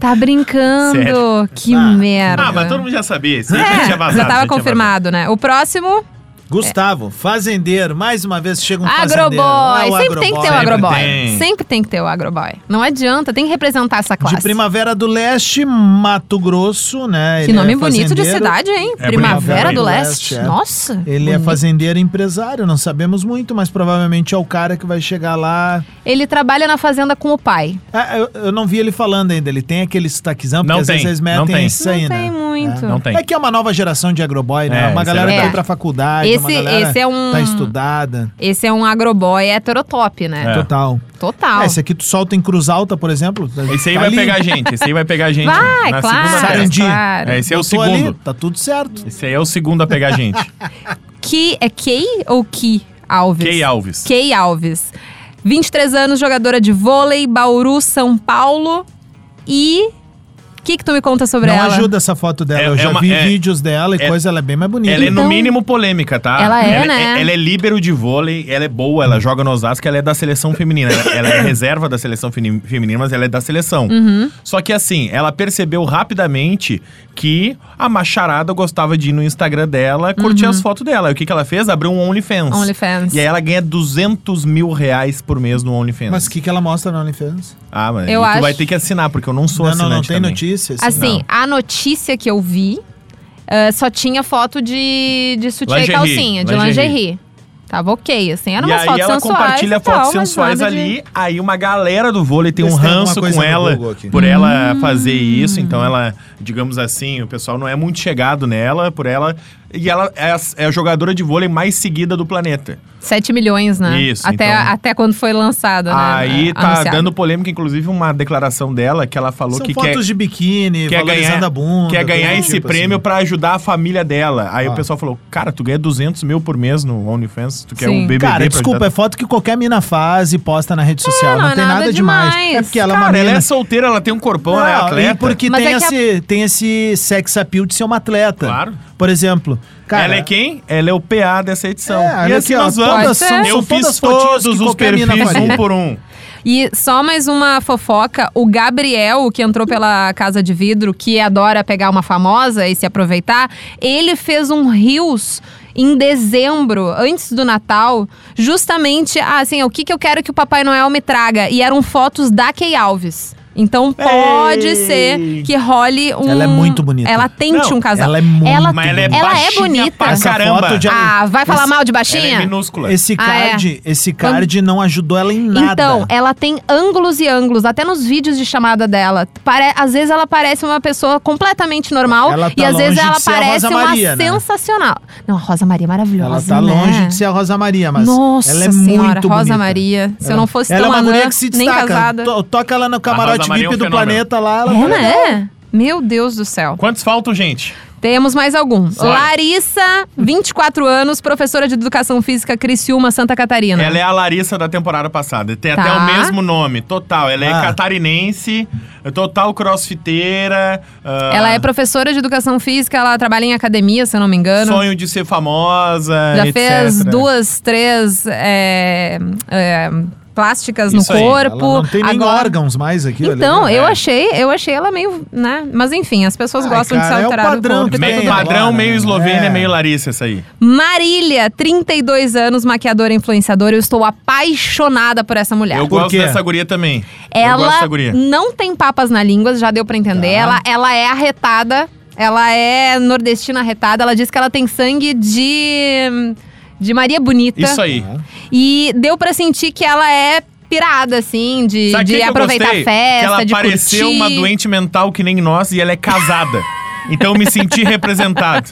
Speaker 3: Tá brincando!
Speaker 4: Sério?
Speaker 3: Que
Speaker 2: Ah.
Speaker 3: merda!
Speaker 4: Ah, mas todo mundo já sabia. Isso aí já
Speaker 3: é,
Speaker 4: tinha vazado.
Speaker 3: já tava
Speaker 4: tinha
Speaker 3: confirmado, né? O próximo,
Speaker 2: Gustavo, fazendeiro, mais uma vez chega um fazendeiro.
Speaker 3: agroboy.
Speaker 2: Ah, o
Speaker 3: Sempre tem que ter o
Speaker 4: Sempre
Speaker 3: agroboy.
Speaker 4: tem.
Speaker 3: Sempre tem que ter o agroboy. Não adianta, tem que representar essa classe.
Speaker 2: De Primavera do Leste, Mato Grosso, né?
Speaker 3: que
Speaker 2: Ele
Speaker 3: nome
Speaker 2: é
Speaker 3: bonito de
Speaker 2: fazendeiro.
Speaker 3: cidade, hein?
Speaker 4: É
Speaker 3: Primavera
Speaker 4: bonito,
Speaker 3: do
Speaker 2: do Leste,
Speaker 3: Leste.
Speaker 2: é.
Speaker 3: Nossa!
Speaker 2: Ele é
Speaker 3: bonito.
Speaker 2: fazendeiro e empresário, não sabemos muito, mas provavelmente é o cara que vai chegar lá.
Speaker 3: Ele trabalha na fazenda com o pai.
Speaker 2: Ah, eu, eu não vi ele falando ainda, ele tem aquele sotaquezão, porque
Speaker 4: Não
Speaker 2: às
Speaker 4: tem,
Speaker 2: vezes eles
Speaker 4: não
Speaker 2: metem
Speaker 4: tem.
Speaker 2: isso aí,
Speaker 3: Não
Speaker 2: né?
Speaker 3: tem muito.
Speaker 2: É.
Speaker 4: Não tem.
Speaker 2: É que é uma nova geração de agroboy, né?
Speaker 4: É,
Speaker 2: uma
Speaker 4: isso é
Speaker 2: galera que
Speaker 3: verdade.
Speaker 2: foi pra faculdade, uma
Speaker 3: Esse-
Speaker 2: galera
Speaker 3: esse é um-
Speaker 2: tá estudada,
Speaker 3: Esse é um agroboy heterotop, né?
Speaker 4: É.
Speaker 2: total.
Speaker 3: Total.
Speaker 2: É, esse aqui tu solta em Cruz Alta, por exemplo.
Speaker 4: Esse aí
Speaker 2: tá
Speaker 4: vai
Speaker 2: ali.
Speaker 4: pegar a gente, esse aí vai pegar a gente.
Speaker 3: Vai,
Speaker 4: é na
Speaker 3: claro, um
Speaker 4: segunda-feira.
Speaker 2: Sarandi.
Speaker 3: claro.
Speaker 4: É, esse é o
Speaker 2: Botou ali,
Speaker 4: segundo.
Speaker 2: tá tudo certo.
Speaker 4: Esse aí é o segundo a pegar a gente.
Speaker 3: Ki, é Key ou Ki Alves?
Speaker 4: Key Alves.
Speaker 3: Key Alves. 23 anos, jogadora de vôlei, Bauru, São Paulo. E o que que tu me conta é sobre
Speaker 2: Não
Speaker 3: ela?
Speaker 2: ajuda essa foto dela.
Speaker 4: É-
Speaker 2: Eu
Speaker 4: é
Speaker 2: já
Speaker 4: uma-
Speaker 2: vi
Speaker 4: é-
Speaker 2: vídeos dela e
Speaker 4: é-
Speaker 2: coisa, ela é bem mais bonita.
Speaker 4: Ela é no
Speaker 3: Então-
Speaker 4: mínimo polêmica, tá?
Speaker 3: Ela é, né?
Speaker 4: é- Ela é líbero de vôlei, ela é boa, ela joga no Osasco, ela é da seleção feminina. Ela, ela é reserva da seleção femi- feminina, mas ela é da seleção.
Speaker 3: Uhum.
Speaker 4: Só que assim, ela percebeu rapidamente que a macharada gostava de ir no Instagram dela, curtir as fotos dela. E o que, que ela fez? Abriu um OnlyFans.
Speaker 3: Uhum. OnlyFans.
Speaker 4: E aí ela ganha 200 mil reais por mês no OnlyFans.
Speaker 2: Mas o que, que ela mostra na OnlyFans?
Speaker 4: Ah, mas
Speaker 3: Eu
Speaker 4: e tu
Speaker 3: acho-
Speaker 4: vai ter que assinar, porque eu não sou
Speaker 2: Não, não,
Speaker 4: assinante
Speaker 2: não tem
Speaker 4: também.
Speaker 2: notícias.
Speaker 3: Assim, a notícia que eu vi ah, só tinha foto de, de sutiã e
Speaker 4: Lingerie,
Speaker 3: calcinha, de lingerie.
Speaker 4: lingerie.
Speaker 3: Tava ok, assim. Era
Speaker 4: e
Speaker 3: umas
Speaker 4: aí
Speaker 3: fotos
Speaker 4: ela
Speaker 3: sensuais.
Speaker 4: compartilha
Speaker 3: e tal,
Speaker 4: fotos
Speaker 3: mas
Speaker 4: sensuais
Speaker 3: nada de-
Speaker 4: ali, aí uma galera do vôlei tem
Speaker 2: Vê
Speaker 4: um
Speaker 2: se tem alguma
Speaker 4: ranço
Speaker 2: coisa
Speaker 4: com
Speaker 2: no
Speaker 4: ela
Speaker 2: Google aqui.
Speaker 4: por ela
Speaker 3: Hum.
Speaker 4: fazer isso, então ela, digamos assim, o pessoal não é muito chegado nela, por ela, e ela é a, é a jogadora de vôlei mais seguida do planeta.
Speaker 3: 7 milhões, né?
Speaker 4: Isso,
Speaker 3: Até,
Speaker 4: então-
Speaker 3: até quando foi lançada, né?
Speaker 4: aí tá
Speaker 3: anunciada.
Speaker 4: dando polêmica, inclusive uma declaração dela que ela falou
Speaker 2: São
Speaker 4: que
Speaker 2: fotos
Speaker 4: quer
Speaker 2: de biquíni,
Speaker 4: quer
Speaker 2: valorizando
Speaker 4: ganhar,
Speaker 2: a bunda.
Speaker 4: quer ganhar
Speaker 2: coisa do
Speaker 4: esse
Speaker 2: tipo,
Speaker 4: prêmio
Speaker 2: assim.
Speaker 4: pra ajudar a família dela. Aí
Speaker 2: Ah.
Speaker 4: o pessoal falou: Cara, tu ganha 200 mil por mês no OnlyFans, tu quer
Speaker 3: Sim.
Speaker 4: um BBB
Speaker 2: Cara,
Speaker 4: pra
Speaker 2: desculpa,
Speaker 4: ajudar
Speaker 2: é foto que qualquer mina faz e posta na rede social.
Speaker 3: não
Speaker 2: não,
Speaker 3: é
Speaker 2: tem
Speaker 3: nada
Speaker 2: nada, demais.
Speaker 3: demais.
Speaker 2: É porque ela é uma
Speaker 4: Cara, ela
Speaker 2: mina.
Speaker 4: é solteira, ela tem um corpão, ela é
Speaker 2: Não,
Speaker 4: atleta.
Speaker 2: E porque
Speaker 3: Mas
Speaker 2: tem,
Speaker 3: é que a-
Speaker 2: esse, tem esse sex appeal de ser uma atleta.
Speaker 4: Claro.
Speaker 2: Por exemplo. Cara,
Speaker 4: ela é quem? Ela é o PA dessa edição.
Speaker 2: É,
Speaker 4: e
Speaker 2: olha
Speaker 4: assim
Speaker 2: aqui, ó,
Speaker 4: nós vamos.
Speaker 3: todas são-
Speaker 4: eu
Speaker 2: são todas
Speaker 4: fiz
Speaker 2: fotinhas
Speaker 4: todos
Speaker 2: que
Speaker 4: os
Speaker 2: qualquer mina
Speaker 4: perfis
Speaker 2: faria.
Speaker 4: um por um.
Speaker 3: E só mais uma fofoca: o Gabriel, que entrou pela Casa de Vidro, que adora pegar uma famosa e se aproveitar, ele fez um rios em dezembro, antes do Natal, justamente ah, assim, o que, que eu quero que o Papai Noel me traga? E eram fotos da Key Alves. Então pode
Speaker 4: Ei!
Speaker 3: ser que role um.
Speaker 2: Ela é muito bonita.
Speaker 3: Ela tente
Speaker 4: Não,
Speaker 3: um casal.
Speaker 2: ela é muito
Speaker 3: Ela,
Speaker 4: Mas ela é
Speaker 2: bonita.
Speaker 3: ela é
Speaker 4: baixinha
Speaker 3: bonita.
Speaker 4: pra
Speaker 2: Essa
Speaker 4: caramba.
Speaker 2: foto de-
Speaker 3: Ah, vai falar
Speaker 2: Esse-
Speaker 3: mal de
Speaker 4: Ela
Speaker 3: baixinha?
Speaker 4: é minúscula.
Speaker 2: Esse
Speaker 3: Ah, é.
Speaker 2: card, esse card não ajudou ela em nada.
Speaker 3: Então, ela tem ângulos e ângulos, até nos vídeos de chamada dela. Pare... Às vezes ela parece uma pessoa completamente normal
Speaker 2: Ela tá
Speaker 3: e às vezes
Speaker 2: longe de
Speaker 3: ela
Speaker 2: ser a
Speaker 3: parece
Speaker 2: Rosa Maria,
Speaker 3: uma
Speaker 2: né?
Speaker 3: sensacional. Não, a Rosa Maria é maravilhosa.
Speaker 2: Ela tá
Speaker 3: né?
Speaker 2: longe de ser a Rosa Maria, mas
Speaker 3: Nossa
Speaker 2: ela é
Speaker 3: senhora,
Speaker 2: muito
Speaker 3: Rosa
Speaker 2: bonita.
Speaker 3: Maria. Se eu
Speaker 2: Ela-
Speaker 3: não fosse
Speaker 2: ela é
Speaker 3: tão
Speaker 2: uma
Speaker 3: anã,
Speaker 2: mulher que se
Speaker 3: nem
Speaker 2: destaca.
Speaker 3: casada.
Speaker 2: To- toca ela no
Speaker 4: Rosa
Speaker 2: camarote
Speaker 4: Maria é
Speaker 2: VIP
Speaker 4: um
Speaker 2: do
Speaker 4: fenômeno.
Speaker 2: planeta lá. Ela um-
Speaker 3: É, né? Meu Deus do céu.
Speaker 4: Quantos faltam, gente?
Speaker 3: Temos mais algum.
Speaker 4: Sai.
Speaker 3: Larissa, 24 anos, professora de Educação Física Criciúma, Santa Catarina.
Speaker 4: Ela é a Larissa da temporada passada. Tem até
Speaker 3: Tá.
Speaker 4: o mesmo nome, total. Ela é
Speaker 2: Ah.
Speaker 4: catarinense, total crossfiteira. ah,
Speaker 3: Ela é professora de Educação Física, ela trabalha em academia, se eu não me engano.
Speaker 4: Sonho de ser famosa,
Speaker 3: Já
Speaker 4: etc.
Speaker 3: fez duas, três é, é, plásticas
Speaker 4: Isso
Speaker 3: no
Speaker 4: aí, ela
Speaker 3: corpo.
Speaker 2: Ela não tem nem
Speaker 3: agora...
Speaker 2: órgãos mais aqui. olha. né?
Speaker 3: Então, eu
Speaker 4: É.
Speaker 3: achei, eu achei ela meio, né? Mas enfim, as pessoas
Speaker 2: Ai,
Speaker 3: gostam de
Speaker 2: cara,
Speaker 3: se
Speaker 2: é o
Speaker 3: alterar
Speaker 2: padrão
Speaker 3: o corpo.
Speaker 2: que
Speaker 3: tá
Speaker 4: Meio
Speaker 2: tem
Speaker 3: tudo bem.
Speaker 4: padrão,
Speaker 2: agora,
Speaker 4: meio
Speaker 2: né?
Speaker 4: Eslovênia,
Speaker 2: É.
Speaker 4: meio Larissa, essa aí.
Speaker 3: Marília, 32 anos, maquiadora e influenciadora. Eu estou apaixonada por essa mulher.
Speaker 4: Eu
Speaker 2: Por
Speaker 4: gosto
Speaker 2: quê?
Speaker 4: dessa guria também. Eu gosto
Speaker 3: Ela
Speaker 4: dessa guria.
Speaker 3: não tem papas na língua, já deu pra entender.
Speaker 2: Tá.
Speaker 3: Ela, ela é arretada, ela é nordestina arretada. Ela diz que ela tem sangue de. de Maria Bonita.
Speaker 4: Isso aí.
Speaker 3: E deu pra sentir que ela é pirada, assim, de,
Speaker 4: Sabe o
Speaker 3: de
Speaker 4: que que eu
Speaker 3: aproveitar
Speaker 4: gostei?
Speaker 3: a festa,
Speaker 4: que ela
Speaker 3: de
Speaker 4: pareceu
Speaker 3: curtir.
Speaker 4: uma doente mental que nem nós e ela é casada. Então eu me senti representado.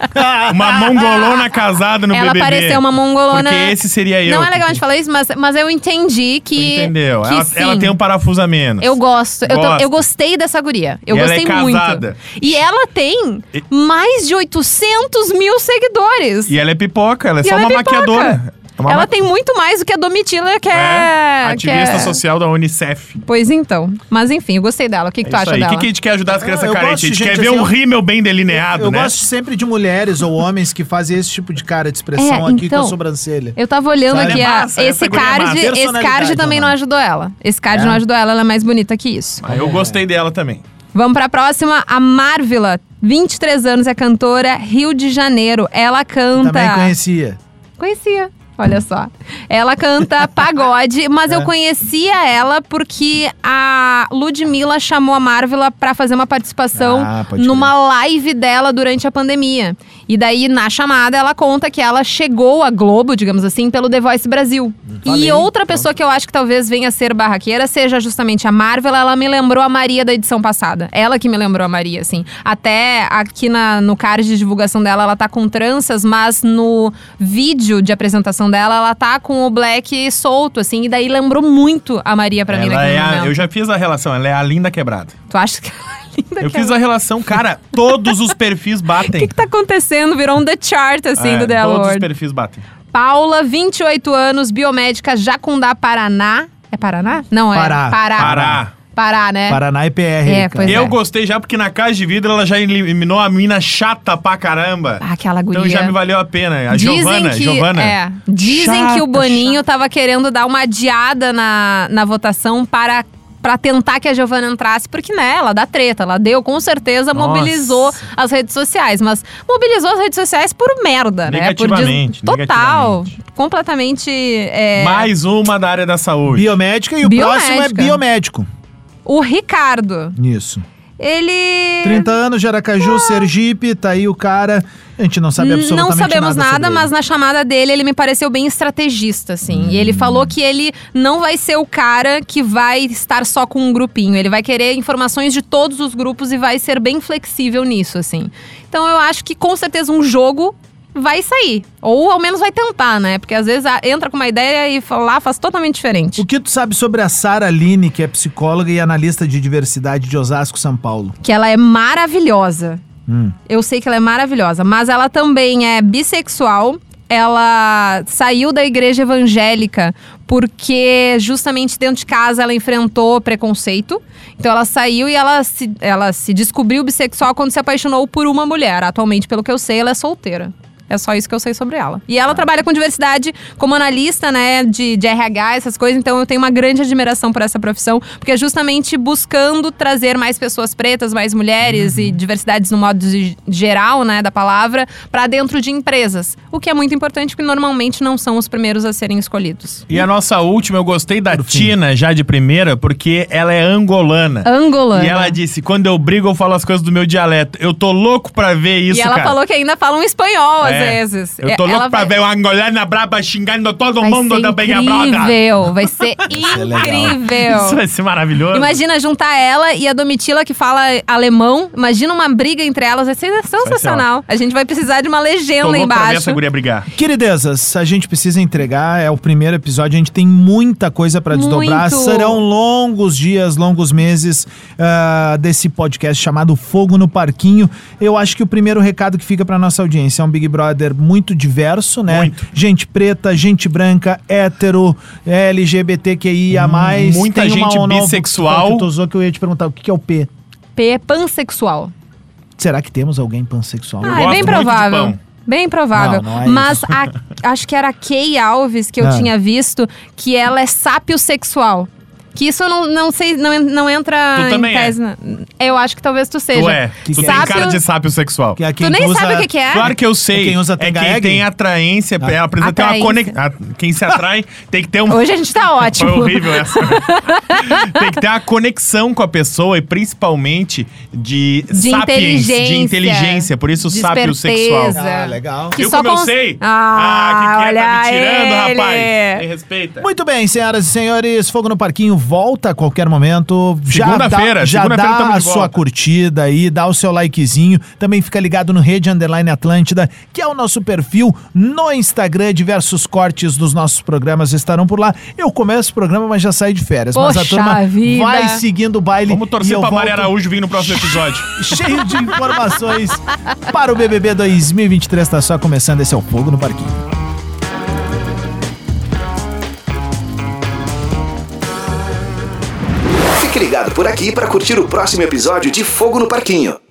Speaker 4: Uma mongolona casada no
Speaker 3: ela
Speaker 4: BBB.
Speaker 3: pareceu uma mongolona.
Speaker 4: Porque esse seria eu.
Speaker 3: Não é legal a gente falar isso, mas, mas eu entendi que.
Speaker 4: Entendeu?
Speaker 3: que
Speaker 4: ela,
Speaker 3: sim.
Speaker 4: ela tem um parafuso a menos.
Speaker 3: Eu gosto. Eu, tô-
Speaker 4: Gosta.
Speaker 3: eu gostei dessa guria. Eu
Speaker 4: E ela é
Speaker 3: gostei muito.
Speaker 4: casada.
Speaker 3: E ela tem mais de 800 mil seguidores.
Speaker 4: E ela é pipoca, ela é
Speaker 3: E
Speaker 4: só
Speaker 3: ela é
Speaker 4: uma
Speaker 3: pipoca.
Speaker 4: maquiadora. É uma
Speaker 3: ela
Speaker 4: ma-
Speaker 3: tem muito mais do que a Domitila, que é.
Speaker 4: É,
Speaker 3: que
Speaker 4: ativista
Speaker 3: é-
Speaker 4: social da Unicef. É
Speaker 3: Pois então. Mas enfim, eu gostei dela. O que, que tu
Speaker 4: Isso
Speaker 3: acha
Speaker 4: aí. O
Speaker 3: dela?
Speaker 4: que, que a gente quer ajudar as crianças
Speaker 2: eu
Speaker 4: carentes?
Speaker 2: gosto
Speaker 4: a gente,
Speaker 2: de
Speaker 4: quer
Speaker 2: gente
Speaker 4: ver
Speaker 2: assim,
Speaker 4: um
Speaker 2: eu-
Speaker 4: rímel bem delineado,
Speaker 2: Eu
Speaker 4: né?
Speaker 2: gosto sempre de mulheres ou homens que fazem esse tipo de cara de expressão
Speaker 3: É,
Speaker 2: aqui
Speaker 3: então,
Speaker 2: com a sobrancelha.
Speaker 3: Eu tava olhando
Speaker 2: Sabe?
Speaker 3: aqui
Speaker 4: Ela é
Speaker 3: a-
Speaker 4: massa,
Speaker 3: esse
Speaker 4: essa guria é
Speaker 3: card,
Speaker 4: massa.
Speaker 3: esse card
Speaker 2: Personalidade,
Speaker 3: também não
Speaker 2: mano.
Speaker 3: ajudou ela. Esse card
Speaker 2: É?
Speaker 3: não ajudou ela, ela é mais bonita que isso.
Speaker 4: Ah, eu gostei dela também.
Speaker 3: Vamos pra próxima, a Marvila, 23 anos, é cantora, Rio de Janeiro. Ela canta.
Speaker 2: Também conhecia.
Speaker 3: Conhecia. Olha só. Ela canta pagode, mas eu conhecia ela porque a Ludmilla chamou a Marvila pra fazer uma participação
Speaker 2: Ah, pode
Speaker 3: numa live dela durante a pandemia. E daí, na chamada, ela conta que ela chegou à Globo, digamos assim, pelo The Voice Brasil.
Speaker 2: Falei,
Speaker 3: e outra
Speaker 4: então.
Speaker 3: pessoa que eu acho que talvez venha a ser barraqueira seja justamente a Marvel. Ela me lembrou a Maria da edição passada. Ela que me lembrou a Maria, assim. Até aqui na, no card de divulgação dela, ela tá com tranças, mas no vídeo de apresentação dela, ela tá com o black solto, assim. E daí lembrou muito a Maria pra mim
Speaker 4: Ela
Speaker 3: naquele
Speaker 4: é a-
Speaker 3: momento.
Speaker 4: eu já fiz a relação, ela é a linda quebrada.
Speaker 3: Tu acha que ela é linda?
Speaker 4: Eu
Speaker 3: que
Speaker 4: fiz
Speaker 3: ela-
Speaker 4: a relação, cara, todos os perfis
Speaker 3: O
Speaker 4: batem.
Speaker 3: que, que tá acontecendo? Virou um The Chart, assim,
Speaker 4: É,
Speaker 3: do The
Speaker 4: Todos os
Speaker 3: Award.
Speaker 4: perfis batem.
Speaker 3: Paula, 28 anos, biomédica, Jacundá, Paraná. É Paraná? Não,
Speaker 2: Pará.
Speaker 3: é Pará.
Speaker 4: Pará.
Speaker 3: Pará, né?
Speaker 2: Paraná e PR.
Speaker 3: É,
Speaker 2: cara.
Speaker 3: pois
Speaker 4: eu
Speaker 3: é.
Speaker 4: gostei já porque na caixa de vidro ela já eliminou a mina chata pra caramba.
Speaker 3: Ah, Aquela guria.
Speaker 4: então já me valeu a pena. A Giovana,
Speaker 3: que,
Speaker 4: Giovana.
Speaker 3: É, dizem
Speaker 2: Chata,
Speaker 3: que o Boninho tava querendo dar uma adiada na, na votação para para tentar que a Giovana entrasse, porque né, ela dá treta, ela deu, com certeza
Speaker 4: Nossa.
Speaker 3: mobilizou as redes sociais, mas mobilizou as redes sociais por merda, né? Por des-
Speaker 4: Negativamente,
Speaker 3: total,
Speaker 4: negativamente.
Speaker 3: completamente é,
Speaker 4: Mais uma da área da saúde.
Speaker 2: Biomédica e o
Speaker 3: Biomédica.
Speaker 2: próximo é biomédico.
Speaker 3: o Ricardo.
Speaker 2: Isso.
Speaker 3: Ele
Speaker 2: 30 anos, de Aracaju, Sergipe, tá aí o cara. A gente não sabe
Speaker 3: Ah. Não
Speaker 2: absolutamente nada.
Speaker 3: sabemos nada,
Speaker 2: sobre ele. Hum.
Speaker 3: mas na chamada dele ele me pareceu bem estrategista, assim. E ele falou que ele não vai ser o cara que vai estar só com um grupinho. Ele vai querer informações de todos os grupos e vai ser bem flexível nisso, assim. Então eu acho que com certeza um jogo vai sair. Ou ao menos vai tentar, né? Porque às vezes a- entra com uma ideia e fa- lá faz totalmente diferente.
Speaker 2: O que tu sabe sobre a Sara Aline, que é psicóloga e analista de diversidade de Osasco, São Paulo?
Speaker 3: Que ela é maravilhosa.
Speaker 2: Hum.
Speaker 3: Eu sei que ela é maravilhosa, mas ela também é bissexual. Ela saiu da igreja evangélica porque justamente dentro de casa ela enfrentou preconceito. Então ela saiu e ela se, ela se descobriu bissexual quando se apaixonou por uma mulher. Atualmente, pelo que eu sei, ela é solteira. É só isso que eu sei sobre ela. E ela trabalha com diversidade como analista, né, de, de RH, essas coisas. Então eu tenho uma grande admiração por essa profissão, porque é justamente buscando trazer mais pessoas pretas, mais mulheres e diversidades no modo de- geral, né, da palavra, para dentro de empresas. O que é muito importante, porque normalmente não são os primeiros a serem escolhidos.
Speaker 4: E a nossa última, eu gostei da Tina já de primeira, porque ela é angolana.
Speaker 3: Angolana.
Speaker 4: E ela é disse: quando eu brigo, eu falo as coisas do meu dialeto. Eu tô louco pra ver isso,
Speaker 3: E ela
Speaker 4: cara.
Speaker 3: falou que ainda fala um espanhol às
Speaker 4: É.
Speaker 3: vezes.
Speaker 4: Eu tô
Speaker 3: É,
Speaker 4: louco
Speaker 3: ela
Speaker 4: pra
Speaker 3: vai-
Speaker 4: ver o angolana braba xingando todo
Speaker 3: Vai
Speaker 4: mundo
Speaker 3: ser
Speaker 4: da Benha Brother.
Speaker 3: incrível, vai ser incrível.
Speaker 4: Isso vai ser maravilhoso.
Speaker 3: Imagina juntar ela e a Domitila que fala alemão. Imagina uma briga entre elas, vai ser sensacional. a gente vai precisar de uma
Speaker 4: Tô
Speaker 3: legenda
Speaker 4: louco pra ver
Speaker 3: embaixo.
Speaker 4: essa guria brigar.
Speaker 2: Queridezas, a gente precisa entregar, é o primeiro episódio, a gente tem muita coisa pra desdobrar.
Speaker 3: Muito.
Speaker 2: Serão longos dias, longos meses ah, desse podcast chamado Fogo no Parquinho. Eu acho que o primeiro recado que fica pra nossa audiência é um Big Brother muito diverso, né?
Speaker 4: Muito.
Speaker 2: Gente preta, gente branca, hétero, LGBTQIA+.
Speaker 4: Muita
Speaker 2: tem
Speaker 4: gente
Speaker 2: uma,
Speaker 4: bissexual.
Speaker 2: Que tu usou que eu ia te perguntar, o que que é o P?
Speaker 3: P, pansexual.
Speaker 2: Será que temos alguém pansexual?
Speaker 3: Ah, é
Speaker 4: gosto
Speaker 3: bem
Speaker 4: muito de
Speaker 3: provável.
Speaker 4: pão.
Speaker 3: Bem provável.
Speaker 2: Não, não é
Speaker 3: Mas
Speaker 2: isso.
Speaker 3: a, acho que era a Kay Alves que eu
Speaker 2: Ah.
Speaker 3: tinha visto, que ela é sápio sexual. Que isso eu não, não sei, não, en- não entra
Speaker 4: Tu
Speaker 3: em
Speaker 4: também é.
Speaker 3: tese. na- Eu acho que talvez tu seja.
Speaker 4: Tu é.
Speaker 2: Que
Speaker 4: tu
Speaker 2: que
Speaker 4: tem
Speaker 2: é?
Speaker 4: cara de sábio sexual.
Speaker 2: é
Speaker 3: Tu nem sabe o que, que é?
Speaker 4: Claro que eu sei.
Speaker 2: É quem usa Ah.
Speaker 4: é
Speaker 2: tenga-egg?
Speaker 4: quem tem atraência, ela precisa ter uma
Speaker 3: Atraência.
Speaker 4: conexão. Quem se atrai tem que ter uma.
Speaker 3: Hoje a gente tá
Speaker 4: Foi
Speaker 3: ótimo.
Speaker 4: horrível essa. Tem que ter a conexão com a pessoa e principalmente de,
Speaker 3: De inteligência.
Speaker 4: de inteligência. Por isso,
Speaker 3: De
Speaker 4: sábio sexual.
Speaker 3: esperteza.
Speaker 2: Ah, legal.
Speaker 3: Que
Speaker 4: Viu
Speaker 3: só
Speaker 4: como eu
Speaker 3: cons-
Speaker 4: sei?
Speaker 3: Ah,
Speaker 4: que que é? Tá me
Speaker 3: olha
Speaker 4: tirando,
Speaker 3: ele.
Speaker 4: rapaz. Me respeita.
Speaker 2: Muito bem, senhoras e senhores, Fogo no Parquinho volta a qualquer momento. Já
Speaker 4: Segunda-feira,
Speaker 2: dá, já
Speaker 4: segunda-feira
Speaker 2: dá
Speaker 4: tamo
Speaker 2: a
Speaker 4: de
Speaker 2: sua
Speaker 4: volta.
Speaker 2: curtida aí, dá o seu likezinho. Também fica ligado no Rede Underline Atlântida, que é o nosso perfil no Instagram. Diversos cortes dos nossos programas estarão por lá. Eu começo o programa, mas já saio de férias. mas a
Speaker 3: Poxa
Speaker 2: turma
Speaker 3: vida.
Speaker 2: vai seguindo o baile.
Speaker 4: Vamos
Speaker 2: e
Speaker 4: torcer
Speaker 2: eu
Speaker 4: pra
Speaker 2: volto
Speaker 4: Maria Araújo vir no próximo episódio.
Speaker 2: Cheio de informações para o BBB 2023. Tá só começando. Esse é o Fogo no Parquinho.
Speaker 1: Fique ligado por aqui para curtir o próximo episódio de Fogo no Parquinho.